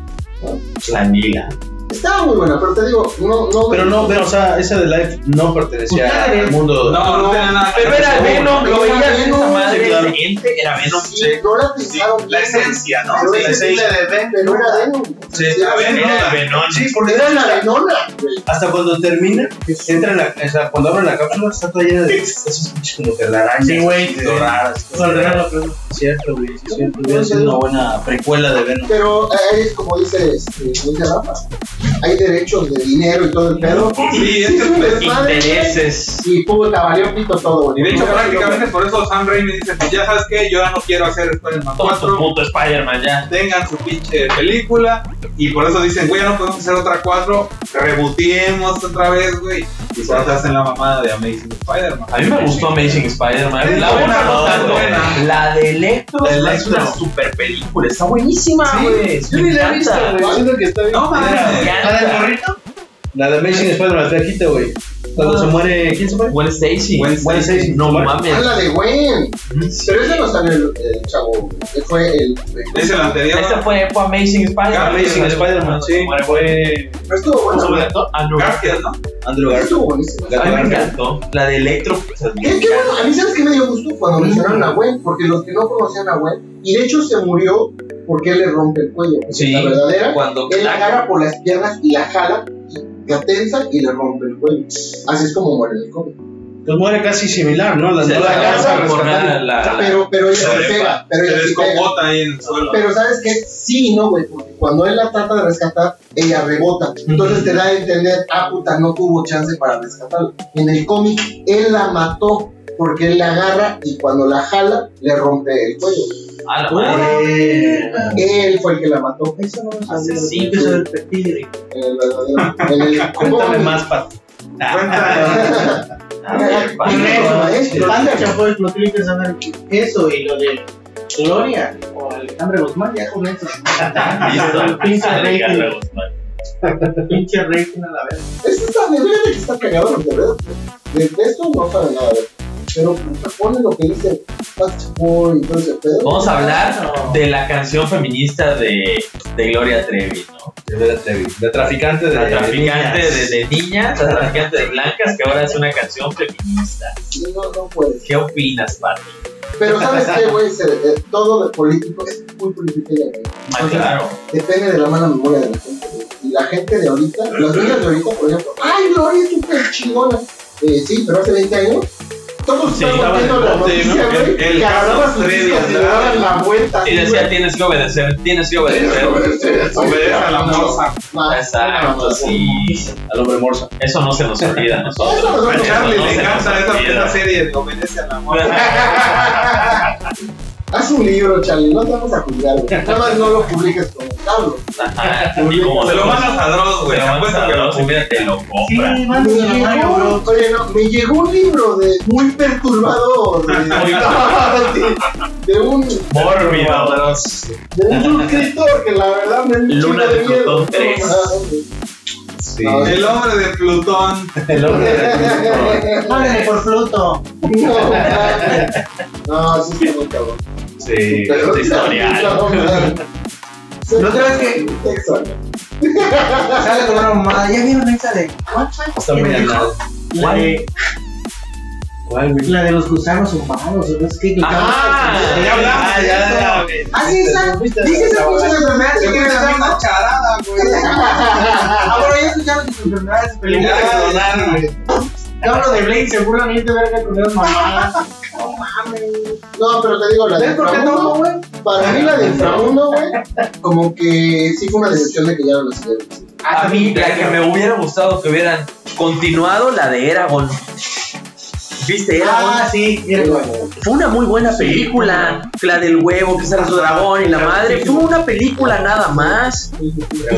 La Nila. Estaba muy buena, pero te digo, no, no. Pero no, pero, o sea, esa de Life no pertenecía Ustedes. al mundo. No, no, tenía nada que Pero ver. era No, Venom, lo era veías en esa Venom, madre. sí, claro. el ente era Venom. Sí, no la pensaron. La esencia, ¿no? Pero es Sí, la que esencia. sí la de Venom era Venom. Sí, era Venom. Era Venom. Sí, porque Era era la la- Venona. güey. hasta cuando termina, entra en la, o sea, cuando abren la cápsula, está toda llena de esas pinches como que arañas. Sí, güey. doradas. Solo Venom lo que- Cierto, güey, sí, cierto. Hubiera sido una buena precuela de Venom. Pero ahí es como dice este, como dice Rafa, hay derechos de dinero y todo el pedo. Sí, es que un es desmadre, Intereses. Y puta, valió pito todo, güey. Y de hecho, Pero- prácticamente por eso Sam Raimi dice: Pues ya sabes que yo ya no quiero hacer Spider-Man Todo tu 4. puto Spider-Man ya. Tengan su pinche película. Y por eso dicen: Güey, ya no podemos hacer otra 4. Rebutiemos otra vez, güey. Y por eso hacen la mamada de Amazing Spider-Man. A mí me gustó Amazing Spider-Man. Es La buena, una no no, tanto. buena. La de Electro La de es Electro. una super película. Está buenísima, Sí, güey. Yo ni la he Me visto, encanta. güey. Siento que está bien. No, Me madre. encanta. ¿La del morrito? La de Amazing Spider-Man, flaquita, güey. Cuando Ah. se muere, ¿quién se muere? Gwen Stacy. Gwen Gwen Stacy. No Bueno, Ah, mames. la de Gwen. Pero ese no sale el, el chavo. que Fue el. Es el anterior. Esta fue, fue Amazing Spider-Man. Amazing Spider-Man, sí. Bueno, Fue Pero estuvo fue sobre bueno. todo. Ah, no. Garfield, ¿no? Andrew Garfield. Estuvo buenísimo. A mí me encantó. La de Electro. pues, me ¿Qué, qué encanta. bueno, a mí sabes que me dio gusto cuando mencionaron a Gwen, porque los que no conocían a Gwen, y de hecho se murió porque él le rompe el cuello. porque Sí. La verdadera, Cuando él la agarra por las piernas y la jala, y la tensa y le rompe el cuello. Así es como muere en el cómic. Pues muere casi similar, ¿no? La, se no la la alcanza a agarra por rescatar. la. la- la- Pero, pero ella Se sí pega, pero ella sí pega. descompota ahí en el suelo. Pero sabes que sí, no, güey, porque cuando él la trata de rescatar, ella rebota. Entonces te da a entender, ah, puta, no tuvo chance para rescatarla. En el cómic, él la mató porque él la agarra y cuando la jala, le rompe el cuello. A Ah, Ah, la madre. Eh, Él fue el que la mató. eh, Eso no lo sabía. Asesino sí. del petigre. En el verdadero. En el Cuéntame más, Pat. A ver, pa. Con Primero, eso, maestro. Banda Chapoy, lo tienen que saber. Eso y lo de Gloria o Alejandra Guzmán, ya con eso. Listo. Pinche Alejandra rating, Guzmán. pinche rating a la vez. Eso está, de verdad que está cagado los de verdad. Del texto no sabe nada. güey. Pero puta, pone lo que dice Paz Chapoy y todo ese pedo. Vamos a hablar de la canción feminista de, de Gloria Trevi, ¿no? De traficante de. La traficante de, niñas. de niñas, la traficante de blancas, que ahora es una canción feminista. Sí, No, no puede. ¿Qué opinas, Pati? Pero ¿sabes qué, güey? Se- eh, todo lo político es muy político. ya, güey. Más claro. Depende de la mala memoria de la gente. güey. Y la gente de ahorita, las niñas de ahorita, por ejemplo, ¡ay, Gloria es súper chingona! Eh, sí, pero hace 20 años todos Sí, estamos estaba viendo en la el bote, noticia, ¿no? güey, El- el que agarraba Carlos sus Trevi, discos y le ¿verdad? daban la vuelta. Y así, decía, güey. tienes que obedecer, tienes que Tienes que obedecer. obedecer, sí. Obedece a la morsa. Más, Exacto, más, sí. Al hombre morsa. Eso no se nos olvida a nosotros. Eso no se nos Eso Charlie no le se encanta nos esa, olvida. esa serie de Obedece a la morsa. Haz un libro, Charlie, no te vamos a juzgar, güey. Nada más no lo publiques con el Pablo. Ajá. Y como Se lo van a mandas a Dross, güey. Apuesto que lo publica. te pues, lo Sí, compra. Me mando la mano, llegó, bro. oye, no, me llegó un libro de muy perturbador. De, de un, de Mórbido. Dross. un suscriptor que la verdad me Luna de Plutón tres. Sí. No, El hombre de Plutón. El hombre de Págale por Pluto. No, mames. no, sí está muy cabrón. Sí. Pero este está muy historial. cabrón, mames. La otra vez que- Texas. Sale con una mamada. ¿Ya vieron esa de Está muy ganado. La de, ¿Cuál, güey? la de los gusanos humanos. ¿no? Es que que- Ah, Ya hablamos ah, de ya, eso. ya, güey. Ah, sí, esa. Dice esa cosa de enfermedades que tiene la misma. charada, güey. Ah, bueno, ya escucharon sus enfermedades. Te voy a Pero perdonar, güey. yo hablo de Blade, seguro ni te verga con esas mamadas. No, pero te digo, la de ¿Ves por qué no, Inframundo, güey? para mí la de Inframundo, güey, como que sí fue una decepción de que ya no la siguieron. A mí, la que me hubiera gustado que hubieran continuado, la de Eragon. ¿Viste Eragon? Ah, sí, era bueno. Fue una muy buena película. La del huevo, que sale su dragón y la madre. Fue una película nada más. Y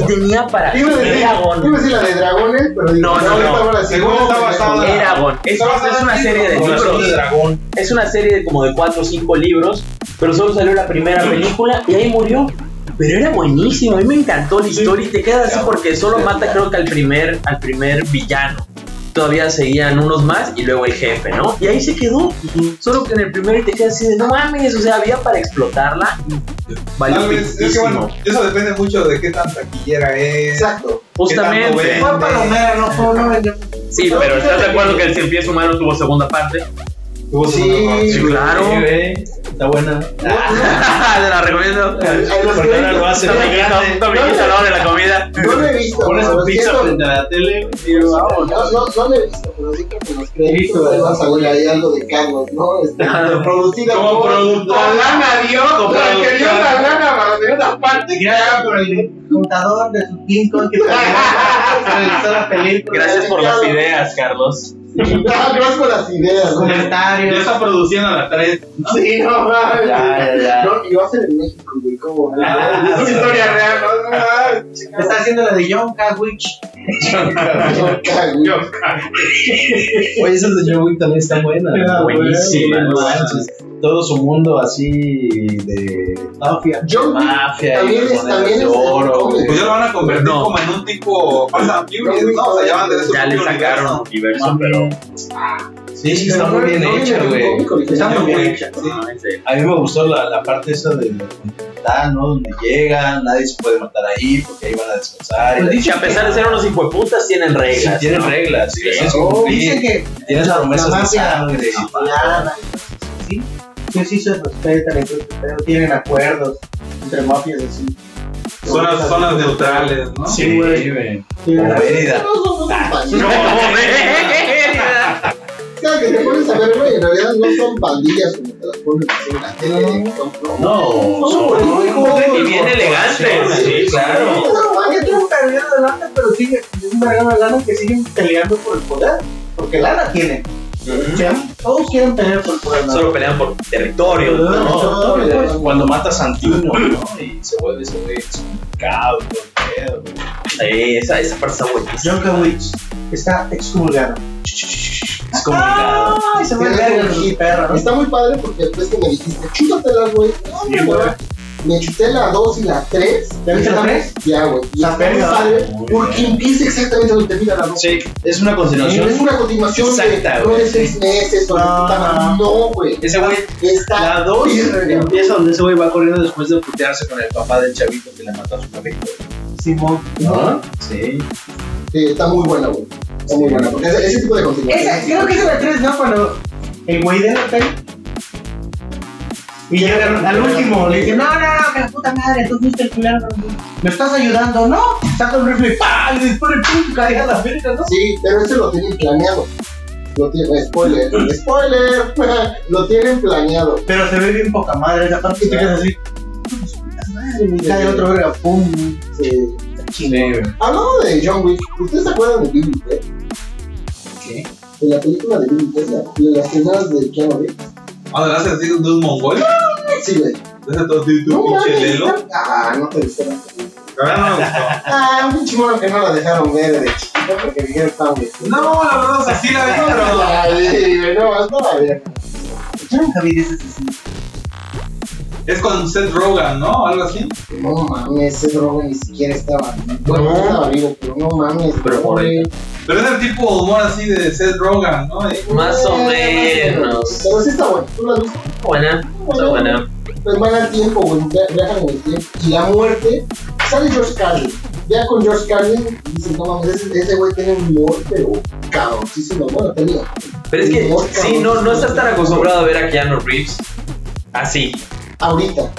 tenía para. Iba a decir, iba a Eragon. decir la de dragones, pero digo, No, no, no. estaba la Según segunda, estaba basada- pero- Eragon. Es, es una serie de Corazón libros. de dragón. Es una serie de como de 4 o 5 libros. Pero solo salió la primera película y ahí murió. Pero era buenísimo, a mí me encantó la historia y te quedas así porque solo mata creo que al primer, al primer villano. Todavía seguían unos más y luego el jefe, ¿no? Y ahí se quedó. Solo que en el primero y te quedas así de no mames, o sea, había para explotarla. Valió Tal vez, Ah, pues, es que pitísimo. bueno, eso depende mucho de qué tan taquillera es. Exacto. tanto Justamente. ven? Fue palomera, no fue una vez. Sí, pero ¿estás de acuerdo que el Cien Pies Humano tuvo segunda parte? Pues Sí, Sí, claro. Está buena. Ah, Te la recomiendo. A los Porque ahora lo que hace Está bien riquita, grande. está riquita a la hora de la comida. no lo he visto, Pones pero tu pizza siento- frente a la tele. Pero "Ah, vamos, no, no, no lo he visto, pero sí que en los créditos ahí va a salir ahí algo de Carlos, ¿no? Este, producida Como productor. lana Dios, Como la que dio productor. la lana para hacer una parte. Gracias por el contador de su Pinto que realizó la película. Gracias por las ideas, Carlos. No, gracias por las ideas, Los ¿no? Ya comentarios. está produciendo a la 3. Sí, no mames. No, y va a ser en México, güey, como. Es una historia real, ¿no? no, Está haciendo la de John Cowich. no, no, cago, güey. Oye, esas de John Wick también están buenas. Ah, buenísima, No buena. manches. Todo su mundo así de Mafia. John Wick mafia y También es- monedas también de es- oro. güey. Pues ya lo van a convertir No. como en un tipo Fast and Furious, ¿no? O sea, ya van a tener su Ya le propio sacaron universo. universo, pero. Sí, es que está muy bien No, no, hecha, no, güey. no, no, Está muy bien hecha. hecha, sí. Ah, ese. A mí me gustó la, la parte esa del hospital, ¿no? Donde llegan, nadie se puede matar ahí porque ahí van a descansar. Pues Y Que a pesar de ser unos putas tienen Sí, reglas. tienen ¿no? reglas, sí, tienes que Oh, cumplir, Dicen que tienes la promesas de mafia sangre. apagada. Sí, sí, sí se respetan, entonces, pero tienen acuerdos entre mafias así. Zonas, zonas neutrales, ¿no? Sí, güey. Tienen Como acuerdos. Mérida. No, no, no, no, no. No, Cada que te pones a ver, güey, en realidad no son pandillas como te las ponen así en la tele. son- no. No, güey, muy joven. Y bien elegante. Sí, claro. No, man, es un verguero de lana, pero sigue, es un verguero de lana que siguen peleando por el poder. Porque lana tiene. Todos quieren pelear por el poder. ¿no? Solo pelean por territorio. ¿no? No, no, no, no. cuando matas a Antino, ¿no? Y se vuelve ese güey excomunicado, todo el pedo, güey. Sí, esa, esa parte está buenísima. John Cowich está excomulgado. Excomunicado. Ay, se Tiene verga un hit. perro, ¿no? Está muy padre porque después que me dijiste, chútatelas, güey. No, Sí, no, güey. no. Me chuté la 2 y la 3. ¿Ya viste la tres? Ya, güey. Y La está muy verga. padre Muy porque bien. empieza exactamente donde termina la 2. Sí, es una continuación. Es una continuación Exacta, de no güey. de 6 meses o de No, puta madre. No, güey. Ese güey Está La 2 verga. empieza donde ese güey va corriendo después de putearse con el papá del chavito que le mató a su perrito. Simón. ¿No? Sí. Sí, está muy buena, güey. Está muy buena. porque Ese, ese tipo de continuación. Esa, creo que es la 3, ¿no? Cuando el güey del hotel. Y llegan al último, le dice, no, no, no, que la puta madre, tú fuiste el culero. Me estás ayudando, ¿no? Saca un rifle, pa, le dispara el pum, cae a la verga, ¿no? Sí, pero ese lo tienen planeado. Lo tiene, spoiler, spoiler, lo tienen planeado. Pero se ve bien poca madre esa parte. Y te quedas así. Madre, me cae otro verga. Pum. Sí. Sí, güey. Hablando de John Wick, ¿ustedes se acuerdan de Billy Ted? ¿Qué? De la película de Billy Ted, la- de las primeras de Keanu Reeves. Ah, ¿le haces así de un mongol? Sí, güey. ¿Le haces todo así, No, tu pinche mames, lelo? está- Ah, no te gustó la película. La verdad no me gustó. Ah, un pinche mono que no la dejaron ver de chiquito porque dijeron que estaba muy No, la verdad, o sea, sí la vi, pero. Ay, güey, no, es para ver. Yo nunca vi de esas así. Es con Seth Rogen, ¿no? Algo así. No mames, ese drogo ni siquiera estaba. Bueno, No. estaba vivo, pero no mames. Pero por güey. Pero es el tipo de humor así de Seth Rogen, ¿no? Eh, Más o Eh, más o menos. Pero sí está bueno, tú la viste. Buena, está buena. Pues van al tiempo, güey, via- viajan en el tiempo. Y la muerte, sale George Carlin. Ya con George Carlin, dicen, no mames, ese- ese güey tiene un humor, pero cabroncísimo, bueno, tenía. Pero es que, sí, no, no estás tan acostumbrado a ver a Keanu Reeves así. Ahorita.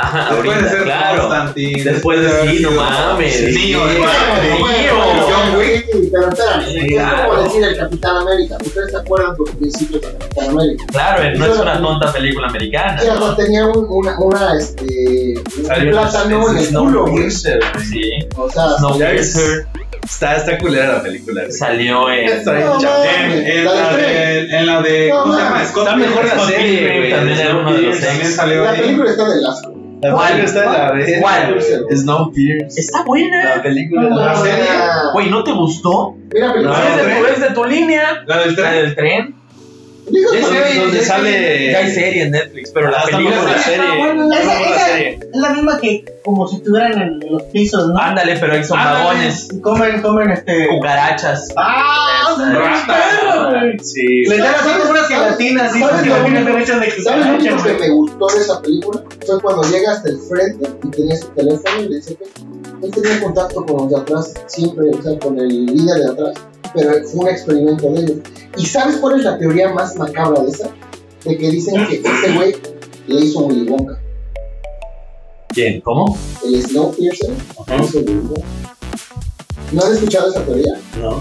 Ajá, después de ahorita, ser claro. Constantine. Después de haber sí, no sido- mames. Sí, Sí, no, güey. mames. Bueno, Sí, bueno, o John Wick. Sí, pero espérame, Sí, es como claro. decir el Capitán América. ¿Ustedes se acuerdan de los principios del Capitán América? Claro, no es una tonta película americana. Y hasta tenía un, una, una, este, un Salió plátano en el No, culo, güey. Wizard, güey. Sí. O sea, No, Ya ves. Wizard Está, está culera la película. güey. salió en. Está bien No, chafa. En, en La de la de. En la de. No, ¿Cómo se llama? mames. Scott Está Pilgrim. mejor la Scott serie, Pilgrim güey. también era uno de los También ex. salió la ahí. película está de asco. La ¿Cuál? película está de la vez. ¿Cuál? Snow Pierce. Está buena. La película. La Ah, serie. Güey, ¿no te gustó? Mira, pero- No, es, de tren. tu, es de tu línea. La del La tren. del tren. Digo, Donde- no, donde ya sale. Ya hay serie en Netflix, pero la Ah, está película. mejor la serie. Esa- Está mejor la esa- serie. Es la misma que como si estuvieran en los pisos, ¿no? Ah, Ándale, pero hay son Ándale. Ah, vagones, Y comen, comen este. cucarachas. Ah, Rata. Sí. Les dan haciendo unas gelatinas, ¿sí? ¿Sabes Porque lo la mina único- me echan de ¿Sabes lo único que güey. me gustó de esa película? Fue cuando llega hasta el frente y tenía su teléfono y le dice que él tenía contacto con los de atrás, siempre, o sea, con el líder de atrás, pero fue un experimento de ellos. ¿Y sabes cuál es la teoría más macabra de esa? De que dicen que ese güey le hizo un Wonka. ¿Quién? ¿Cómo? El Snowpiercer le hizo Willy Wonka. ¿No has escuchado esa teoría? No.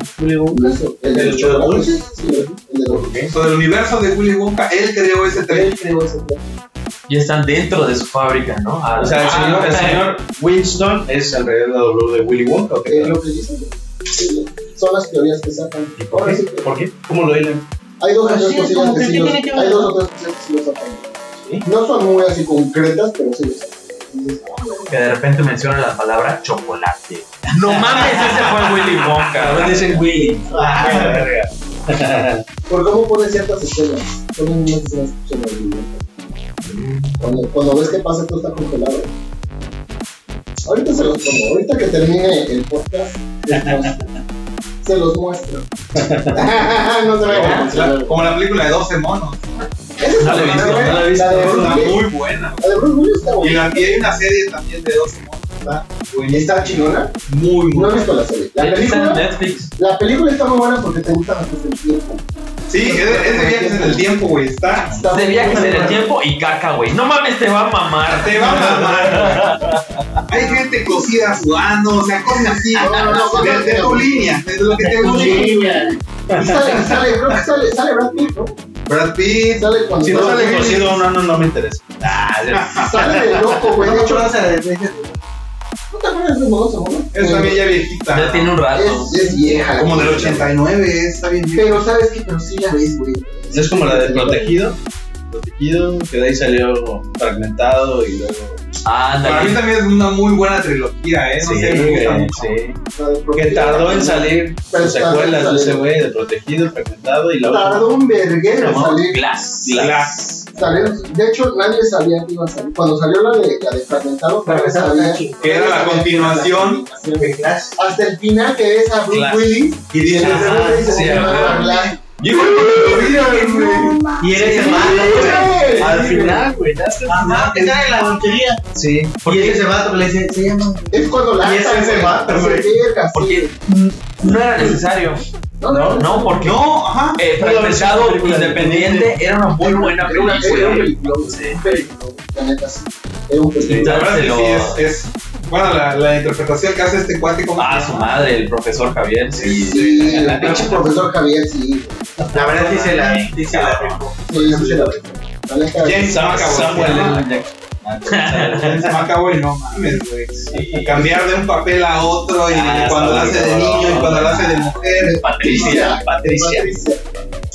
Eso, el de los chocolates. Sí, el de los chocolates. Sobre el pues, universo de Willy Wonka, él creó ese tren. Él creó ese teoría. Y están dentro de su fábrica, ¿no? Ah, O sea, el ah, señor, el está bien. señor Winston es en realidad la W de Willy Wonka. ¿o qué Es tal? lo que dicen. Sí, Son las teorías que sacan. ¿Y por, Ahora sí qué? que- ¿Por qué? ¿Cómo lo hilan? Hay dos o tres Así es, cosillas Ah, como que que sí ¿qué los- tiene que hay ver? dos o tres cosillas que sí los sacan. No son muy así concretas, pero sí los sacan. Dices, ah, bueno. Que de repente menciona la palabra chocolate. No mames, ese fue Willy Wonka. Cabrón, dicen Willy. Ah, la verga. Por cómo ponen ciertas escenas. Ponen unas escenas que son muy violentas. Cuando, cuando ves que pasa, todo está congelado. Ahorita se los pongo. Ahorita que termine el podcast, les muestro. se los muestro. no se vayan a La- emocionar. Como la película de 12 monos. Esa es No la la he buena, visto, no la he güey. La de Está Bruce Willis. muy buena. La de Bruce Willis está Y, buena. la, y hay una serie también de 12 monos. Está buenísima. Está chingona. Muy, muy No he visto la serie. Está La en película, Netflix. la película está muy buena porque te gusta antes del tiempo. Sí, es de, es de viajes en el tiempo, güey. Está. Está De muy viajes en buena. el tiempo y caca, güey. No mames, te va a mamar. Te va a mamar. güey. Hay gente cocida sudando, o sea, cosas así. No, no, no, de, cosas de tu así. línea, de lo que te gusta. Sí, güey. Y sale, sale, creo que sale, sale Brad Pitt, ¿no? Brad Pitt. Sale cuando Si no sale, sale Willy. cocido, no, no, no me interesa. Ah, ya. sale de loco, güey. De De hecho, hecho, no se desdeje. ¿no te acuerdas de Modoso, no? Es también ya viejita. Ya tiene un rato. Es, es vieja. Como del güey. 89, está bien vieja. Pero sabes que, pero sí la ves, güey. Es como la del protegido. Protegido, que de ahí salió fragmentado y luego. Para mí Ándale. también es una muy buena trilogía, ¿eh? No sé, me gusta güey, mucho. sí. La del Que protegido. tardó en salir Pero secuelas Pues, tardó de en ese salir. güey, de protegido, fragmentado y la otra. Tardó un verguero en Llamó salir. Glass. Glass. Salió- De hecho, nadie sabía que iba a salir. Cuando salió la de, la de Fragmentado, nadie Fragmentado, sabía. sí. Que era nadie la sabía que continuación. era la continuación. Hasta el final que es a Bruce Claro. Willis. Y Y dices, el ah, dice, sí, "No, a no, ver". Black. yo güey. Y eres Sí, Ah, el vato, güey. ¡Eh! Al final, güey, ya está. Ajá, que sale la lonchería. Sí. Y ese vato le dice, se llama. Es cuando la Y ese atan, es el güey. vato, Se güey. verga, sí. Porque mm, no era necesario. No, no, no. No, porque. No, ajá. Eh, Fragmentado Independiente era una muy buena Era una- era película. un peliculón, sí, un peliculón, la neta, sí. Era un peliculón. La verdad es que Dárselo. sí, es, es Bueno, la, la interpretación que hace este cuate como. Ah, su madre, el profesor Javier, sí. Sí, el pinche profesor Javier, sí. La verdad sí se la, sí se la rifó. Sí, sí se la ve. La neta, James McAvoy. Samuel se llama. L. Jackson. James McAvoy, "Ah, no mames, güey. Cambiar de un papel a otro y Ah, cuando la hace de está niño y bueno. cuando la hace de mujer. Patricia. Patricia.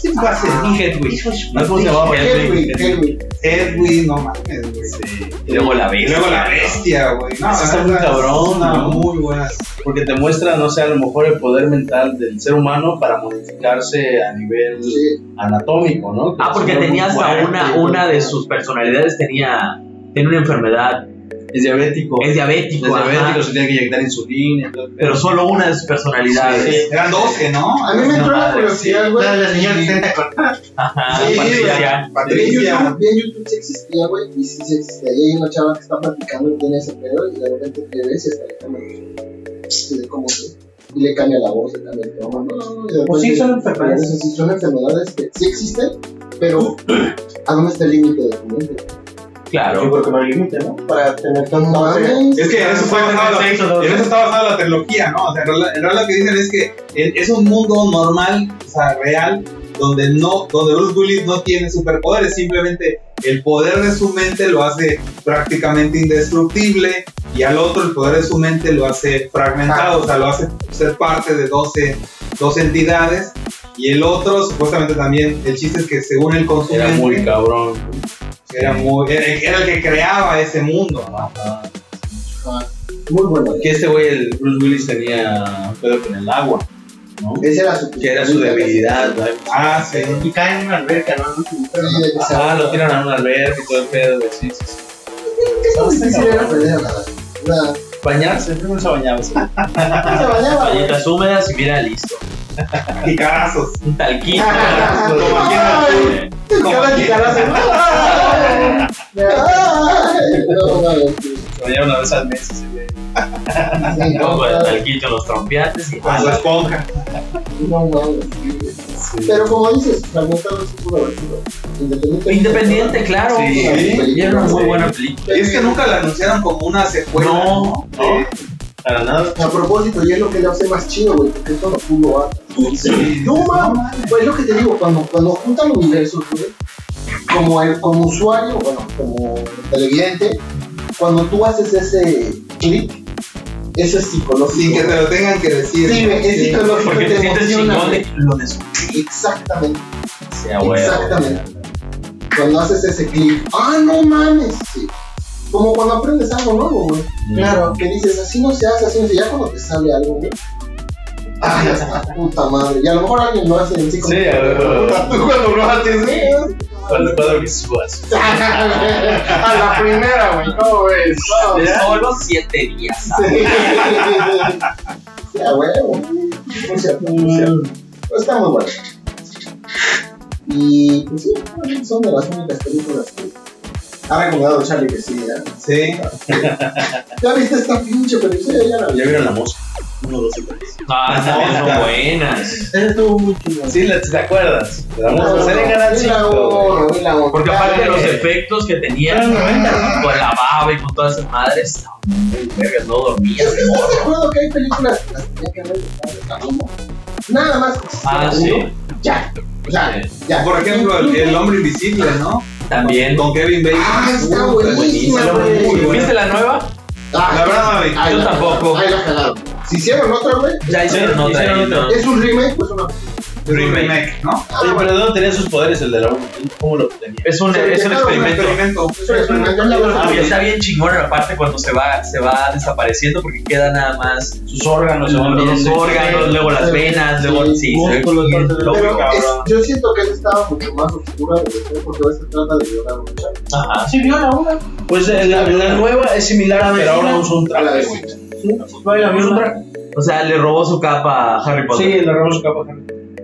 ¿Qué pasa? Hedwig. No, ¿Cómo se llamaba? Henry, Henry. Hedwig, no mames, güey. Y luego la Y bestia. luego la bestia, güey. No, Esa está la muy neta, cabrón, una ¿no? Muy buena. Porque te muestra, no sé, a lo mejor el poder mental del ser humano para modificarse a nivel Sí. anatómico, ¿no? Ah, porque tenía hasta Fuerte, una, una pues, de sus personalidades tenía, tenía una enfermedad. Es diabético. Es diabético, Es ajá, diabético, se tiene que inyectar insulina. entonces- pero solo una de sus personalidades. Sí, Eran 12, ¿no? A mí me No entró la madre, curiosidad, güey. La, la señora que intenta cortar. Ajá, Sí, Ah, Patricia. Vi en YouTube, Patricia. vi en YouTube sí existía, güey, y sí, sí existía. Y hay una chava que está platicando y tiene ese pedo, y de repente te ves y hasta le cambia. Se ve como que- Y le cambia la voz, le cambia el tono. ¿no? Y de Pues sí, repente- son enfermedades. Eso sí, son enfermedades que sí existen, pero ¿a dónde está el límite de tu mente? Yo Claro. creo que no hay límite, ¿no? Para tener tan No madre. mames. Es que en eso, está Pueden tener basada, seis o dos. en eso está basada la trilogía, ¿no? O sea, en realidad, en realidad lo que dicen es que en- es un mundo normal, o sea, real, donde no, donde Bruce Willis no tiene superpoderes, simplemente el poder de su mente lo hace prácticamente indestructible y al otro el poder de su mente lo hace fragmentado, o sea, lo hace ser parte de 12, 12 entidades y el otro supuestamente también, el chiste es que según el Era consumidor muy cabrón. era, muy- era- era el que creaba ese mundo, ¿no? Ajá. Ah, Muy bueno. Que este güey, el Bruce Willis, tenía un pedo con el agua, ¿no? Esa era su Que era su debilidad, ¿no? Ah, sí. Y cae en una alberca, ¿no? Pero sí, de que se- Ah, lo tiran a una alberca y todo el pedo, güey, sí, sí, sí. Eso sí, sí, era aprender a nadar. Nada. Bañarse, primero se bañarse. Se bañaba, güey. Toallitas húmedas y mira listo. Jicarazos. Un talquito. Como aquí en la- Ay, cada guitarrazo. Ay, no, mames, sí. Se bañaba una vez al mes. ese güey. Sí, eh, ¿no? no, Con el mames. talquito, los trompeates y A la esponja. No, mames, sí. Sí. Pero como dices, fragmentado es un puro vertido. Independiente. Independiente, claro. Sí. Y era una muy buena película. Y es que nunca la anunciaron como una secuela. No, No, para nada. A propósito, y es lo que le hace más chido, güey, porque esto lo pudo ah. Sí. No mames, pues lo que te digo, cuando, cuando juntan universos, güey, como, el- como usuario, bueno, como televidente, cuando tú haces ese clic, eso es psicológico. Sin que te lo tengan que decir. Eh, Sí, güey, es psicológico, Porque te sientes emociona, chingón eh. de güey. que lo descubrí. Exactamente. Sí, a huevo. Exactamente. Cuando haces ese clic, ah, no mames, sí. Como cuando aprendes algo nuevo, güey. Mm. Claro, que dices, así no se hace, así no se Ya cuando te sale algo, güey. Ay, hasta puta madre. Y a lo mejor alguien lo hace en sí como- Sí, a huevo. Tú cuando lo haces, güey. Con el cuadro que subas. A la primera, güey. ¿Cómo ves? No, De sí. Solo siete días. ¿sabes? Sí, a huevo. Muy cierto, muy cierto. Pero está muy bueno. Y pues sí, son de las únicas películas que ha recomendado Charlie que sí. ¿eh? Sí. Ya viste esta pinche película, ya la vi. Ya vieron la mosca. Uno, dos y tres. Ah, Las también son moscas. buenas. Ese estuvo muy chido. Sí, la- ¿te acuerdas? La mosca se le gana al Sí, la chico. borro, sí, la borro. Porque aparte Ya, los eh, efectos que Era tenían el 90, con la baba y con todas esas madres, estaban muy vergas, no dormía. Es que estás de acuerdo que hay películas que las tenía que ver de Tarantino? Nada más que Ah, sí. Ya, ya, ya. Por ejemplo, el, el hombre invisible, ¿no? También. Con Kevin Bacon. Ah, está Puta, buenísima, buenísima, güey. muy buena. ¿Viste la nueva? Ah, La verdad, no la vi. ahí yo la- tampoco. Ahí la cagaron. Si hicieron otra, güey, Ya hicieron otra ahí, ¿no? es un remake, pues una. Es un remake, ¿no? Ah, Oye, bueno, pero ¿dónde tenía sus poderes el de la uno? ¿Cómo lo tenía? Es un, es un Un experimento. experimento. es un experimento, la verdad. Ah, y está bien chingón la parte cuando se va, se va desapareciendo porque queda nada más Sus órganos. los, se volvieron los locos. órganos, luego las venas, luego sí, sí, músculos, sí, todo. lo- Pero cabrón. es- yo siento que él estaba mucho más oscura de lo que es, porque a veces trata de violar mucho. Ajá. Sí, vio la una. Pues eh, la, la nueva es similar, La pero vecina. ahora usa un A la traje. vez. güey. Sí, fue la misma. O sea, le robó su capa a Harry Potter. Sí, le robó su capa.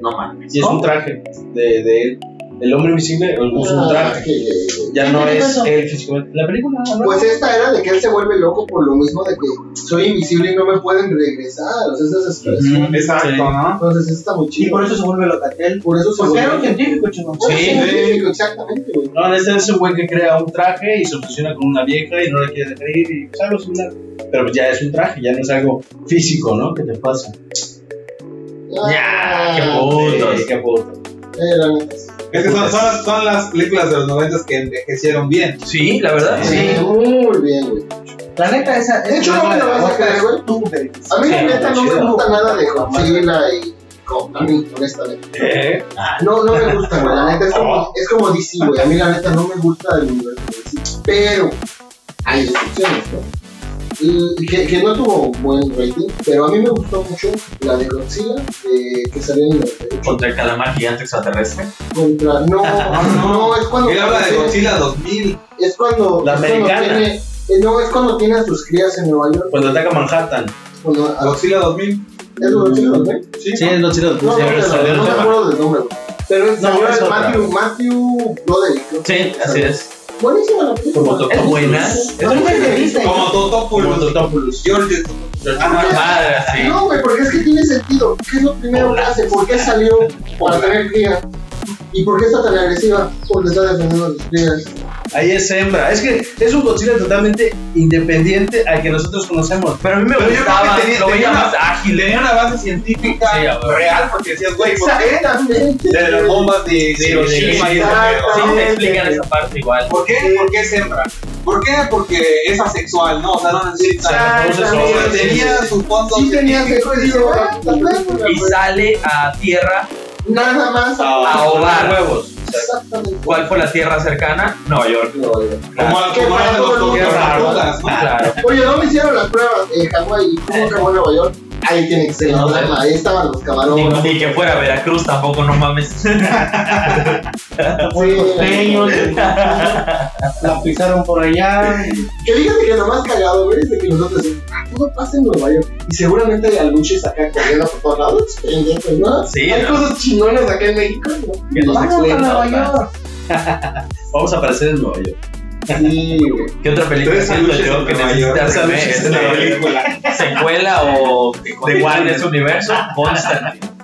No mames. Y es un traje de, de él. el hombre invisible con su Ah, traje. que- Ya no ¿Qué es pasó? él físicamente. La película, ¿no? Pues esta era de que él se vuelve loco por lo mismo de que soy invisible y no me pueden regresar. O sea, esa es expresión. Ujú. Exacto, Sí. ¿no? Entonces, eso está muy Y chido. por eso se vuelve locatel. Por eso se pues, Porque era volvió- un científico, chingón. Sí, Sí, sí, exactamente, güey. No, este es un güey que crea un traje y se obsesiona con una vieja y no le quiere dejar ir y pues algo similar. Pero pues ya es un traje, ya no es algo físico, ¿no? ¿Qué te pasa? Ah, qué putos. Sí, qué puto. eh, la neta, sí. Es que son, son, son las películas de los 90 que envejecieron bien. Sí, la verdad. Sí. Muy bien, güey. La neta, esa. De hecho, no me la vas a creer, güey. A mí, la Sí, neta, no me chido. gusta nada de Godzilla y. con- A mí, honestamente. ¿Eh? Ah, No, no me gusta, güey. La neta es como, es como DC, güey. A mí, la neta, no me gusta el universo de DC. Pero hay excepciones, ¿no? Y Que, que no tuvo buen rating, pero a mí me gustó mucho la de Godzilla eh, que salió en el Contra el calamar gigante extraterrestre. contra. No, no, es cuando. Él habla de aparece- Godzilla 2000. es cuando. La es cuando americana. tiene- eh, no, es cuando tiene a sus crías en Nueva York. Cuando ataca Manhattan. Cuando, a- Godzilla 2000. ¿Es Godzilla, güey? Sí. es lo chido. pues, No, no, no, no me acuerdo del nombre, güey. Pero es, No, salió es el otra. Matthew, Matthew Broderick. creo que Sí, se llama. así es. Buenísima la película. Como Es buena. No, muy güey, realista. Como Como Totópolis. Totópolis. George. Ah, sí. No, güey, porque es que tiene sentido. ¿Qué es lo primero que hace? ¿Por qué salió para tener cría? ¿Y por qué está tan agresiva? Porque está defendiendo a sus crías. Ahí es hembra. Es que es un Godzilla totalmente independiente al que nosotros conocemos. Pero a mí me Pero yo creo gustaba, que tenía, lo tenía veía una, más ágil. tenía una base científica Sí, a ver. real porque decías, güey, ¿por qué? Exactamente. De las bombas de, de Hiroshima y de Exacto. Sí, te explican esa parte igual. ¿Por qué? ¿Por qué es hembra? ¿Por qué? Porque es asexual, ¿no? O sea, no necesita. Exactamente. O sea, tenía su fondo. Sí tenía científico y dice, sentido. bueno, la película, Y güey. sale a tierra. Nada más. ahogar. huevos. Exactamente. ¿Cuál fue la tierra cercana? Nueva York. Ah, Como a Qué como a raro, los ¿no? dos Qué raro. tortugas, ¿no? Claro. Oye, ¿dónde hicieron las pruebas? En Hawái. ¿Y cómo acabó en Nueva York? Ahí tiene que ser la No sé. drama. Ahí estaban los camarones. Ni, ni que fuera Veracruz tampoco, no mames. Sí. Peños, la pisaron por allá. Que fíjate que lo más cagado, güey, es de que nosotros decimos, ah, todo pasa en Nueva York. Y seguramente hay aluches acá corriendo por todos lados, pendientes, ¿no? Sí, Hay ¿no? cosas chingonas acá en México, ¿no? Que nos Vamos explica. para Nueva York. Vamos a aparecer en Nueva York. Sí, güey. ¿Qué otra película Tres siento aluches yo en que Nueva York. necesita Tres aluches en Nueva hacerme York. este, secuela o de Warner Universo? Constantine.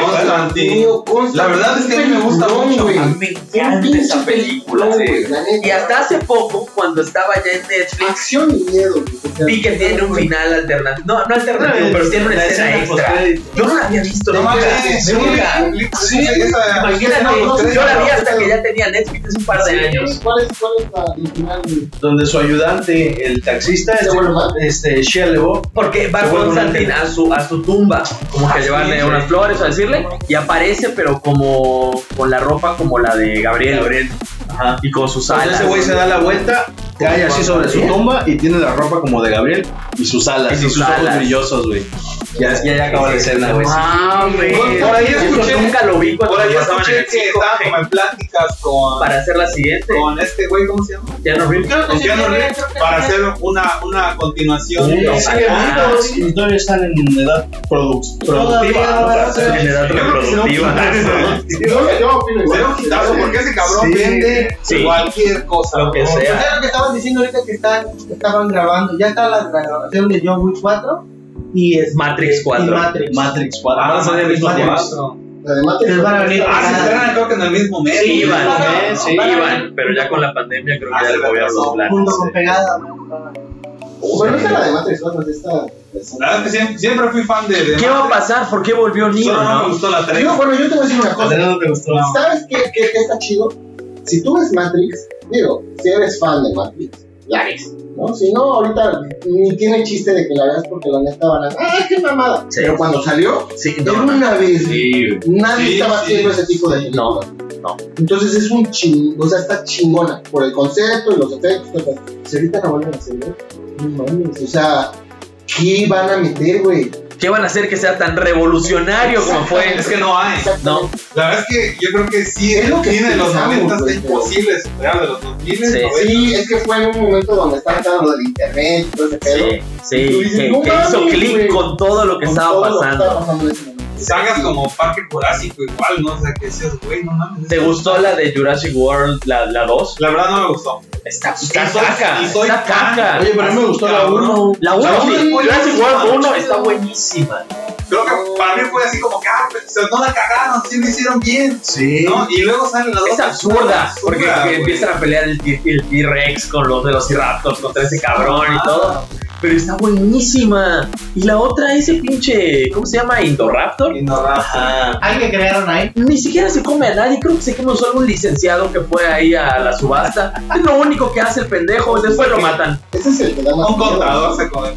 Constantine. Tío, consta- La verdad es que a mí me gusta Peliculón, mucho. güey. A mí me Un encanta pinche esa película. peliculón, sí. güey, la neta. Y hasta hace poco, cuando estaba ya en Netflix, Acción y miedo, güey, porque- vi que tiene un final alternativo. No, no alternativo, pero tiene una La escena escena extra. postcrédito. Yo no la había visto No nunca. mames, Nunca. nunca. Sí, esa- Imagínate, no, no, yo la vi no, hasta no. que ya tenía Netflix hace un par de años. ¿Cuál es, cuál es la el final? güey? Donde su ayudante, el taxista, Se este, vuelve mal. este Shia LaBeouf, Porque va Se vuelve un Constantine a su, a su tumba, como que a llevarle sí. unas flores o a decirle, y aparece, pero como con la ropa como la de Gabriel. Ajá. Y con sus Entonces alas. ese güey se da la vuelta, cae así sobre su tumba y tiene la ropa como de Gabriel y sus alas Y y, sus sus ojos alas. brillosos, güey. Ya, ya, ya acaba la escena, güey. Mames. Por ahí escuché- nunca lo vi cuando Por ahí pasaban en escuché el que cinco, estaban güey, como en pláticas con, Para hacer la siguiente. con este güey, ¿cómo se llama? Ya no vi. Con Keanu Reeves para hacer una, una continuación. Sí, Yo sí, Ah, amigos, y todavía están en edad produc- Todavía, productiva. sí. En edad creo que será un reproductiva. hitazo. Yo, yo opino igual. Será un hitazo porque ese cabrón Sí. vende Sí. cualquier cosa. Lo que ¿no? sea. ¿Sabes lo que estaban diciendo ahorita que están, estaban grabando? Ya está la grabación de John Wick 4 y es Matrix 4. Y Matrix. Matrix 4. Ah, Van a salir al mismo tiempo. cuatro. La de Matrix. Les van a venir. Ah, se estrenan creo que en el mismo mes. Sí, ¿no? van, Ah, eh, no, sí. van. Iban, pero ya con la pandemia creo Ah, que ya se le movían los retrasó. planes. junto con pegada. Bueno, esa es la de Matrix, ¿no? Pues esta- esta- La verdad es que siempre, siempre fui fan de. de ¿Qué va a Matrix. pasar? ¿Por qué volvió Neo? Solo no me no? gustó la tres. Yo, bueno, yo te voy a decir una cosa. Andrea, ¿no te gustó? ¿Sabes qué, qué, qué está chido? Si tú ves Matrix, digo, si eres fan de Matrix, la ves, ¿no? Si no, ahorita ni tiene chiste de que la veas porque la neta van a... ¡Ah, qué mamada! Sí. Pero cuando salió, Sí, de no, no. una vez, Sí, güey. nadie Sí, estaba sí. haciendo ese tipo de No, no. Entonces es un ching... O sea, está chingona por el concepto y los efectos. todo. Si ahorita la vuelven a hacer, ¿no? No mames, o sea... ¿Qué van a meter, güey? ¿Qué van a hacer que sea tan revolucionario como fue? Es que no hay. Exactamente. La verdad es que yo creo que sí, Es es lo lo que que tiene de los pensamos, 90 güey, está pero- imposible superar de los 2000. Sí. ¿no? Sí, es que fue en un momento donde estaba todo lo del internet y todo ese pedo. Sí, sí, Tú dices, que, "No que hizo mames, güey". clic con todo lo que con estaba todo lo que pasando. estaba pasando en ese momento. Sagas como Parque Jurásico igual, ¿no? O sea, que decías, güey, no mames. ¿Te gustó la de Jurassic World, la, la 2? La verdad no me gustó. Está, Y Pues está soy- caca. y soy Está fan. caca. Oye, pero a mí me gustó la 1. La 1 La uno sí. es buena, Jurassic está World 1 chida. está buenísima. Creo que para mí fue así como que, ah, pues, o sea, no la cagaron, sí lo hicieron bien. Sí. ¿No? Y luego sale la 2. Es absurda, porque que empiezan a pelear el T- el T-Rex con los Velociraptors contra ese cabrón y todo. Pero está buenísima. Y la otra, ese pinche, ¿cómo se llama? Indoraptor. Y no, Ajá. Hay que crearon ahí. Ni siquiera se come a nadie, creo que se come solo un licenciado que fue ahí a la subasta. Es lo único que hace el pendejo, después lo matan. Ese es el que da más. un miedo. contador se come.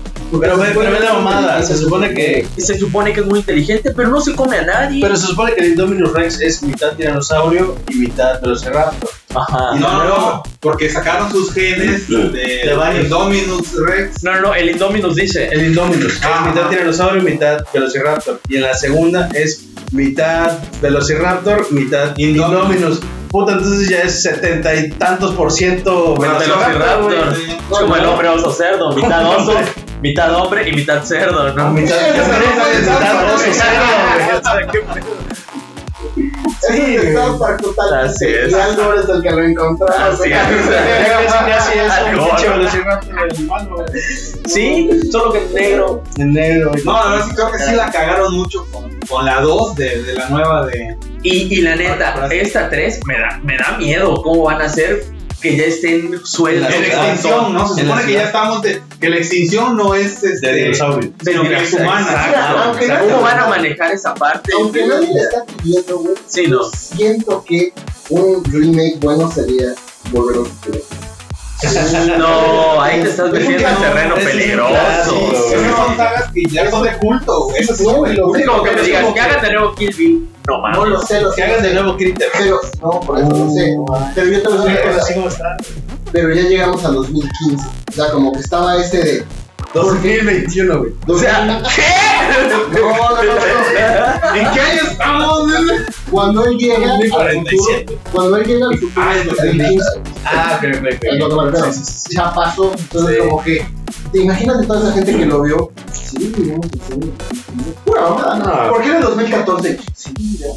Pero ve, pero ve la mamada. Ah, Se supone que. Y Se supone que es muy inteligente, pero no se come a nadie. Pero se supone que el Indominus Rex es mitad tiranosaurio y mitad velociraptor. Ajá. Y no, no, no, porque sacaron sus genes de, De varios. Dominus Rex. No, no, no, el Indominus dice. El Indominus Ajá. es mitad tiranosaurio y mitad velociraptor. Y en la segunda es mitad velociraptor, mitad Indominus. Indominus. Puta, entonces ya es setenta y tantos por ciento velociraptor, güey. Velociraptor. Sí. Es como el hombre oso cerdo, mitad oso, mitad hombre y mitad cerdo, A ¿no? Ah, mitad Sí, mitad- ese es el mitad oso, cerdo, South güey. Ese es el Sí. South Park total. Así es. Y Aldo es el que lo encontraste. Así es. Casi, casi es un Algo. pinche velociraptor del malo, güey. Sí, solo que es negro. En negro. No, la verdad sí creo que sí la cagaron mucho con, con la 2 de, de la nueva de. Y, y la Ah, neta, esta 3 me da, me da miedo cómo van a ser que ya estén sueltos. En ciudad. extinción, ¿no? Se En la supone que ya ciudad. estamos de. que la extinción no es De este. dinosaurio. sino que es humana. Exacto. Aunque O sea, nadie- ¿Cómo van a manejar esa parte? Aunque nadie le está pidiendo, güey. Sí, no. Siento que un remake bueno sería volver a futuro. No, ahí te estás metiendo en terreno Ese es un peligroso. clásico, Sí, güey. son sagas que ya son de culto, güey. Esas sí son de culto. Es como que me digas, que hagan de nuevo Kill Bill. No No mames. lo sé, lo Que sé. hagan de nuevo Critter. Pero, no, por eso no sé. Pero yo te lo digo, Así como está. pero ya llegamos al 2015. O sea, como que estaba ese de. 2021, güey. O sea, ¿qué? No, no, no, no. ¿En qué año estamos? güey? Cuando él llega al futuro, 47. cuando él llega al futuro, Ah, es al 2015. 15, Ah, creo, creo, es lo que me refiero. ya pasó. Entonces, Sí. como que. Te imaginas de toda esa gente que lo vio. Sí, vivimos en serio. Pura mamada, No. ¿no? ¿Por qué en el 2014? Sí, ya.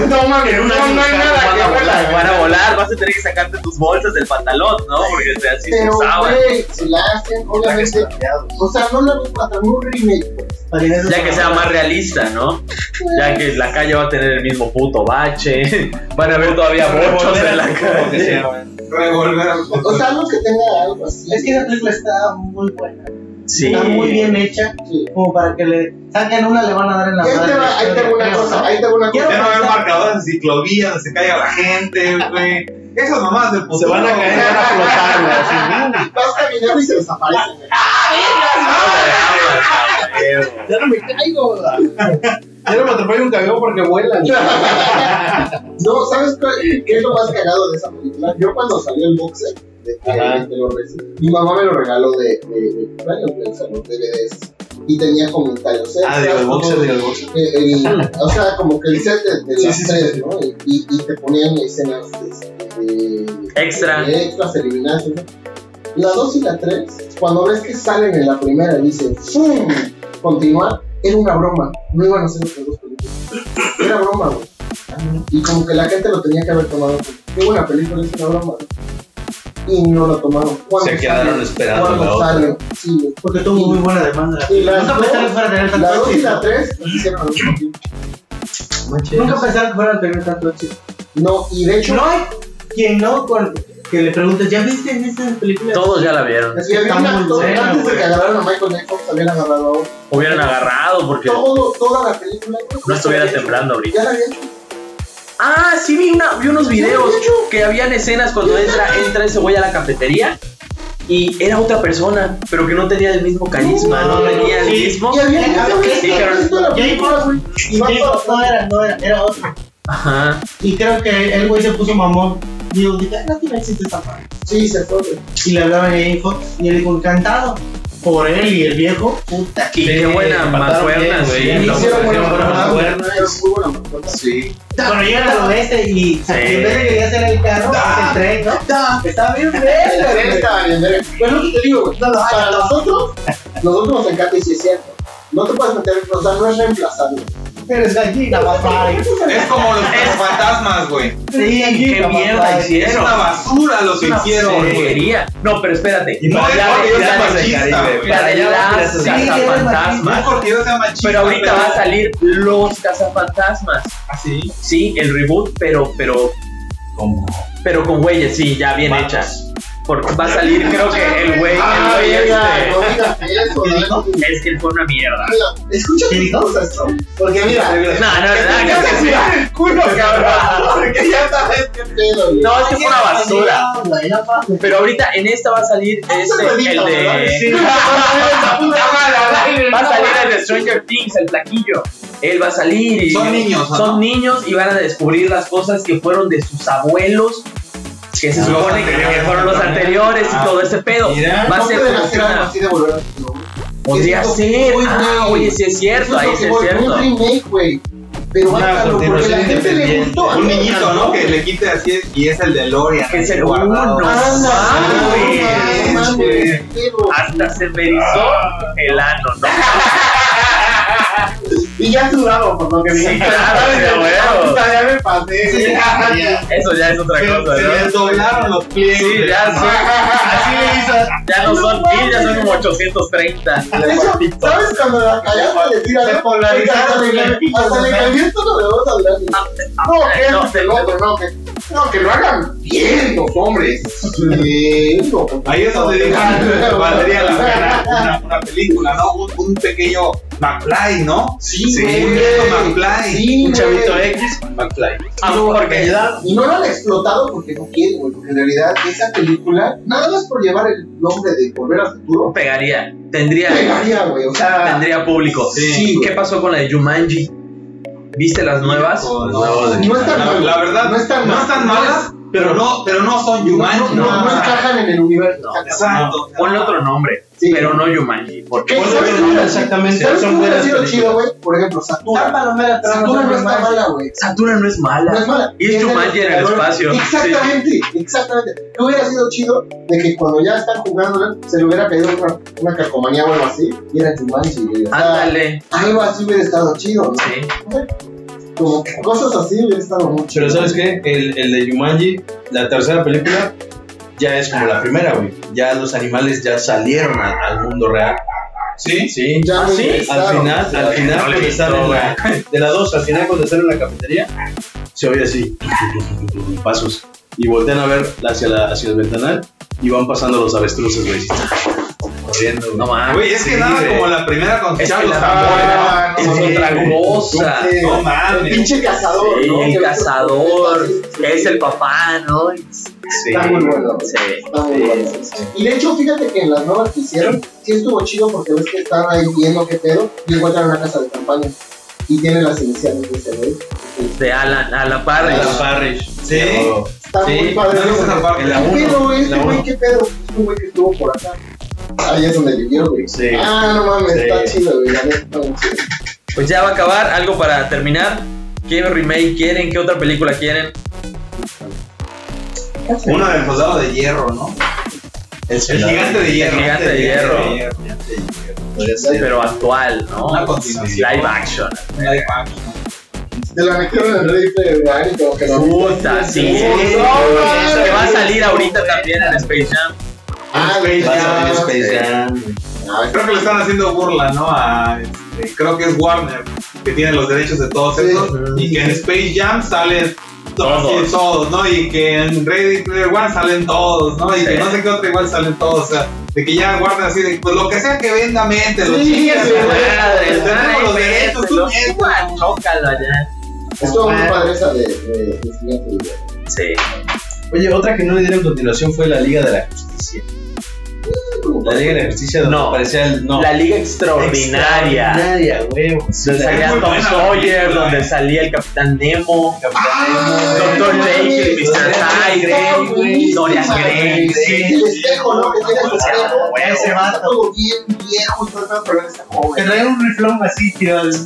No mames, no, no hay nada van, a que volar, ver. van a volar, vas a tener que sacarte tus bolsas del pantalón, ¿no? Porque te- así se Pero, usaban. güey, si la hacen, obviamente. O sea, no la misma, pero un remake. pues. Ya que sea más realista, ¿no? Ya que la calle va a tener el mismo puto bache, van a haber todavía bochos en la calle. Revolver. O sea, algo que tenga algo así. Es que esa película está muy buena. Sí. Está muy bien hecha. Sí. Como para que le saquen una, le van a dar en la Ahí te madre. va, ahí te va una cosa, ahí te va una Ya no va a cosa. haber marcadores en ciclovías donde se caiga la gente, güey. Esas mamás del futuro. Se van a caer, van a flotar, güey. así. Vas caminando y se desaparece. güey. Ya no me caigo. güey. Ya no me atropello un camión porque vuelan. No, ¿sabes cuál- qué es lo más cagado de esa película? Yo cuando salió el boxer, de que Ajá. te lo recibí, mi mamá me lo regaló de, de, de cumpleaños, güey, o sea, los DVDs. Y tenía comentarios. ¿eh? Ah, digo, el boxer, digo, el boxer. El- el- o sea, como que el set de, de Ah. Sí, las sí, sí, tres, sí. ¿no? Y, y- y te ponían escenas este, de- Extra. de extras eliminadas. ¿no? La 2 y la 3, cuando ves que salen en la primera y dicen ¡Fum! Continuar, era una broma. No iban a hacer otras dos películas. Era broma, güey. Y como que la gente lo tenía que haber tomado. como, Qué buena película, es una broma. Y no lo tomaron. ¿Cuándo Se quedaron sale? esperando ¿Cuándo la otra. sale? Sí, güey. Porque tuvo muy buena demanda. Y las Nunca dos- pensaron que fuera a tener La tanto 2 y la éxito. 3 las hicieron al mismo tiempo. Nunca pensaron que fuera a tener tanto éxito. No, y de hecho, No hay quien no con- que le preguntes, ¿ya viste en esa película? Todos ya la vieron. Es y que había está un muy actor, buena, antes de güey. que agarraron a Michael Jackson, también agarraron a otro. Hubieran agarrado porque Todo, toda la película. güey, no estuviera ya la había temblando hecho. ahorita. Ya la había hecho. Ah, sí vi, una, vi unos videos que habían escenas cuando entra, entra ese güey a la cafetería y era otra persona, pero que no tenía el mismo carisma, no, No, tenía el sí. mismo. Y había Ya, había ya, hecho ya, esto en la ya, película, ya, güey. Y Y va digo, todo- no era, no era, era otro. Ajá. Y creo que el güey se puso mamón. Y yo dije, no, no existe esa madre. Sí, se fue, güey. Y le hablaban a hijo y él dijo, encantado. Por él y el viejo, puta. Y qué buena mancuerna, güey. sí, ¿no? Hicieron buena hicieron buena mamada, mancuerna, güey. Hicieron muy buena mancuerna. Sí. Bueno, llegan al oeste y Sí. y en vez de que ya sea el carro, es el tren, ¿no? Está bien Esta, verga, güey. esta, bien, verga. Pero lo que te digo, güey, para nosotros, nosotros nos encanta y sí es cierto. No te puedes meter, o sea, no es reemplazable. Eres gallina, papá. Es como los fantasmas, güey. Sí, qué mierda Es hicieron. una basura lo que Una hicieron, güey. porquería. No, pero espérate. Y no La es de- porque yo la sea de- machista, güey. La de las Sí, eres No es cazafantasmas. porque yo sea machista. Pero ahorita va a salir los cazafantasmas. Así. Sí, el reboot, pero, pero, Como pero con güeyes, sí, ya bien hecha. Porque va a salir, creo que el güey, el Ah, güey este, mira, no digas eso, ¿no? es que él fue una mierda. Mira, Escucha ¿Qué mis dijo? cosas, ¿no? Porque mira, No, no, no, no, no, no. el culo, Porque ya sabes qué pedo, güey. No, es que fue una basura. güey, ya pasa. Pero ahorita en esta va a salir Ah, este, el Saludito, ¿verdad? de. Sí. Va a salir el de Stranger Things, el plaquillo. Él va a salir y. Son niños, ¿no? Son niños y van a descubrir las cosas que fueron de sus abuelos. Que se Ah, Los supone que anteriores, fueron los también. anteriores y Ah, todo ese pedo. mira. va a No ser pueden como hacer algo una. así de volver a su nombre. Podría Eso es ser. muy Ah, güey. oye, sí es Eso cierto, ahí lo sí que es voy, cierto. Un remake, güey. Pero Una bájalo, porque la continuación gente le independiente. gustó. a Un mí me niñito, encantó, ¿no? Que güey. le quite así es- y es el de Lorian. Que es el guardado. uno. Anda, Ah, no güey. mames, Ah, mames, pero- Hasta se me erizó el ano, ¿no? Y ya sudaba por lo que Sí, dije. claro, de huevo. Puta, Ya me pasé. Sí, ya, ya. Eso ya es otra Se, cosa, se ¿no? les doblaron los pliegues. Sí, ya son. Así le hizo. Ya no son 1000, ya son como 830. Eso, ¿Sabes cuando la callaste le tira Se la- polarizaron Hasta le cambié- hasta le cambié el tono de voz a Durazno. No, que Eh, no, es el otro, no, que, no, que lo hagan bien los hombres. Bien, no, porque- Ahí es donde dije, ah, valdría la pena una, una película, ¿no? Un, un pequeño McFly, ¿no? Sí, un güey. viejo McFly. Sí, Un chavito güey. X, McFly. Ah, porque Y no lo han explotado porque no quieren, güey. Porque en realidad esa película, nada más por llevar el nombre de Volver al Futuro, pegaría, tendría, pegaría, güey. O sea, tendría público. Sí. ¿Y ¿Qué pasó con la de Jumanji? ¿Viste las nuevas? No, No, de- no es tan la, malo, la verdad, no es tan malo. malas, pero no, pero no son Jumanji. No, no, no Ah, encajan en el universo. Exacto. Ponle otro nombre, Sí. pero no Jumanji. Porque ¿Qué? Ponle el nombre exactamente. ¿Sabes Son cómo hubiera buenas sido películas. chido, güey? Por ejemplo, Tan Satura. palomera, pero Satura no está mala, güey. Satura no es mala. No es mala. Y es de Jumanji los en el creadores. espacio. Exactamente, exactamente. ¿Qué hubiera sido chido de que cuando ya están jugando se le hubiera pedido una, una calcomanía o algo así? Y era Jumanji, güey. O sea, Ándale. Algo así hubiera estado chido, ¿no? Sí. Como que cosas así hubiera estado mucho. Pero ¿sabes qué? El, el de Jumanji, la tercera película, ya es como la primera, güey. Ya los animales ya salieron a- al mundo real. Sí, Sí. Ya ¿Ah, no sí? Al regresaron. final, al final, no le he cuando visto, están en la, de la dos, al final cuando están en la cafetería, se oye así, tu, tu, tu, tu, tu, pasos. Y voltean a ver hacia, la, hacia el ventanal y van pasando los avestruces, güey. Corriendo, güey. No mames. güey, es que Sí, nada güey. como la primera con Es Charles que la Zamora, es ¿no? sí, otra güey. cosa. Sí. No El mames. pinche cazador, Sí, ¿no? el Que- cazador, Sí. Es el papá, ¿no? Sí. Sí. Está muy bueno, güey. Sí. Está muy Ah, bueno. Y de hecho, fíjate que en las nuevas que hicieron, sí estuvo chido porque ves que están ahí viendo qué pedo y encuentran una casa de campaña. Y tienen las iniciales de ese güey. De Alan, Alan Parrish. La Parrish. Sí. Oh, Está Sí, muy padre. no, no es esa parte. ¿Qué La uno, pedo, güey? la Este uno. güey, qué pedo. Es un güey que estuvo por acá. Ahí es donde vivieron, güey. Sí. Ah, no mames, Sí. está chido, güey. La neta está muy chido. Pues ya va a acabar, algo para terminar. ¿Qué remake quieren? ¿Qué otra película quieren? Una del soldado de hierro, ¿no? El El gigante de hierro. gigante de hierro. Podría ser. Pero actual, ¿no? Una continuación. Live action. Live action. Se la metieron en Reddit, güey. y como que no. Uh, Puta, sí. Sí, no, Eso que va a mames. salir ahorita también en Space Jam. Ah, Space Va a salir Jam. Space Jam, güey. Ah, Creo que le están haciendo burla, ¿no? A, este, creo que es Warner, que tiene los derechos de todos Sí. estos. Y que en Space Jam salen todos, Todos. sí, todos, ¿no? Y que en Ready Player One salen todos, ¿no? Y Sí. que no sé qué otra igual salen todos. O sea, de que ya Warner así de, pues lo que sea que venda, mételo. Sí, chingas, sí, güey. Madre, Tenemos los derechos, tú mételo. Chócalo allá. Estuvo muy padre esa de, de, de siguiente video. Sí. Oye, otra que no le dieron continuación fue la Liga de la Justicia. La Liga de la Justicia donde No. aparecía el. No. La Liga Extraordinaria. Extraordinaria, güey. Donde Es salía muy Tom buena la Sawyer, película, donde eh. salía el Capitán Nemo, Doctor no Jekyll, mames. Mr. Hyde, güey. Dorian Sí, Gray. Sí, el espejo, ¿no? Que tiene el espejo. Ese Está vato. todo bien viejo y todo está, pero está Te joven. trae un riflón así, tío. No, Sí,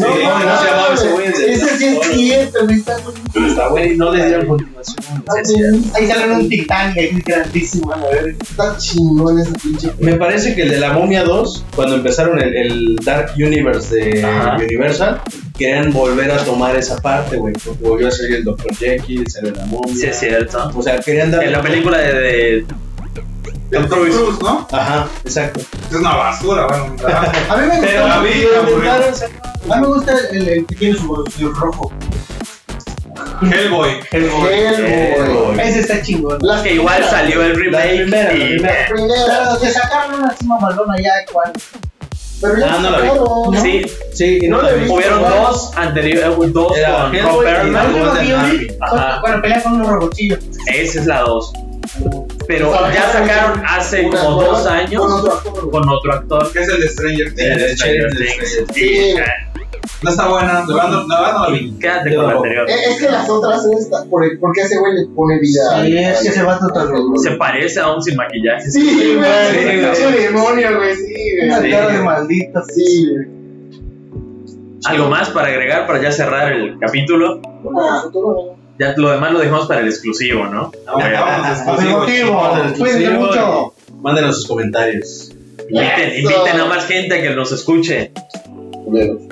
no, ¿cómo se llamaba ese güey? Ese sí es cliente, güey, está Pero está bueno y no le dieron continuación. está Ahí salen un titán y ahí grandísimo, a la verga. chingón ese pinche. Me parece que el de la momia 2, cuando empezaron el, el Dark Universe de Ajá. Universal, querían volver a tomar esa parte, güey. Porque volvió a salir el Dr. Jekyll, salió la momia. Sí, es cierto. O sea, querían darle. En la película de, de- El Tom Cruise, ¿no? Ajá, exacto. Es una basura, bueno. ¿verdad? A mí me gusta. Pero a mí me aburrió. A mí me gusta el, el que tiene su su rojo. Hellboy. Hellboy. Ese está chingón. Las que igual salió el La remake. primera, la y- primera. Pero primeras. se sacaron una cima malona ya cuál. Pero ya Ah, no la vi. sacaron, ¿no? Sí, Sí, y no No la le vi. hubieron dos anteriores, eh, dos Era con Hellboy Rob y Bergman. Golden Army. Ajá. Bueno, pelea con unos robotillos. Esa es la dos. Pero Sacaron ya sacaron hace una como nueva dos años Con otro actor. con otro actor. Que es el de Stranger El de Things. Stranger Sí. No está buena. De verdad, no- la verdad no la vi. Y Quédate con la anterior. Eh, Es que las otras estas, por el- porque ese güey le pone vida. Sí, es que se va a tratar de- Se parece aún sin maquillaje. Sí, güey. güey. Es un demonio, güey. Sí, Una güey. cara de maldito. Sí, güey. ¿Algo más para agregar para ya cerrar el capítulo? Ah, tú no, güey. Ya lo demás lo dejamos para el exclusivo, ¿no? Acabamos de Por el exclusivo, motivo. chingón. Cuídense Sí, mucho. Mándenos sus comentarios. Inviten, Eso. inviten a más gente a que nos escuche. Culeros.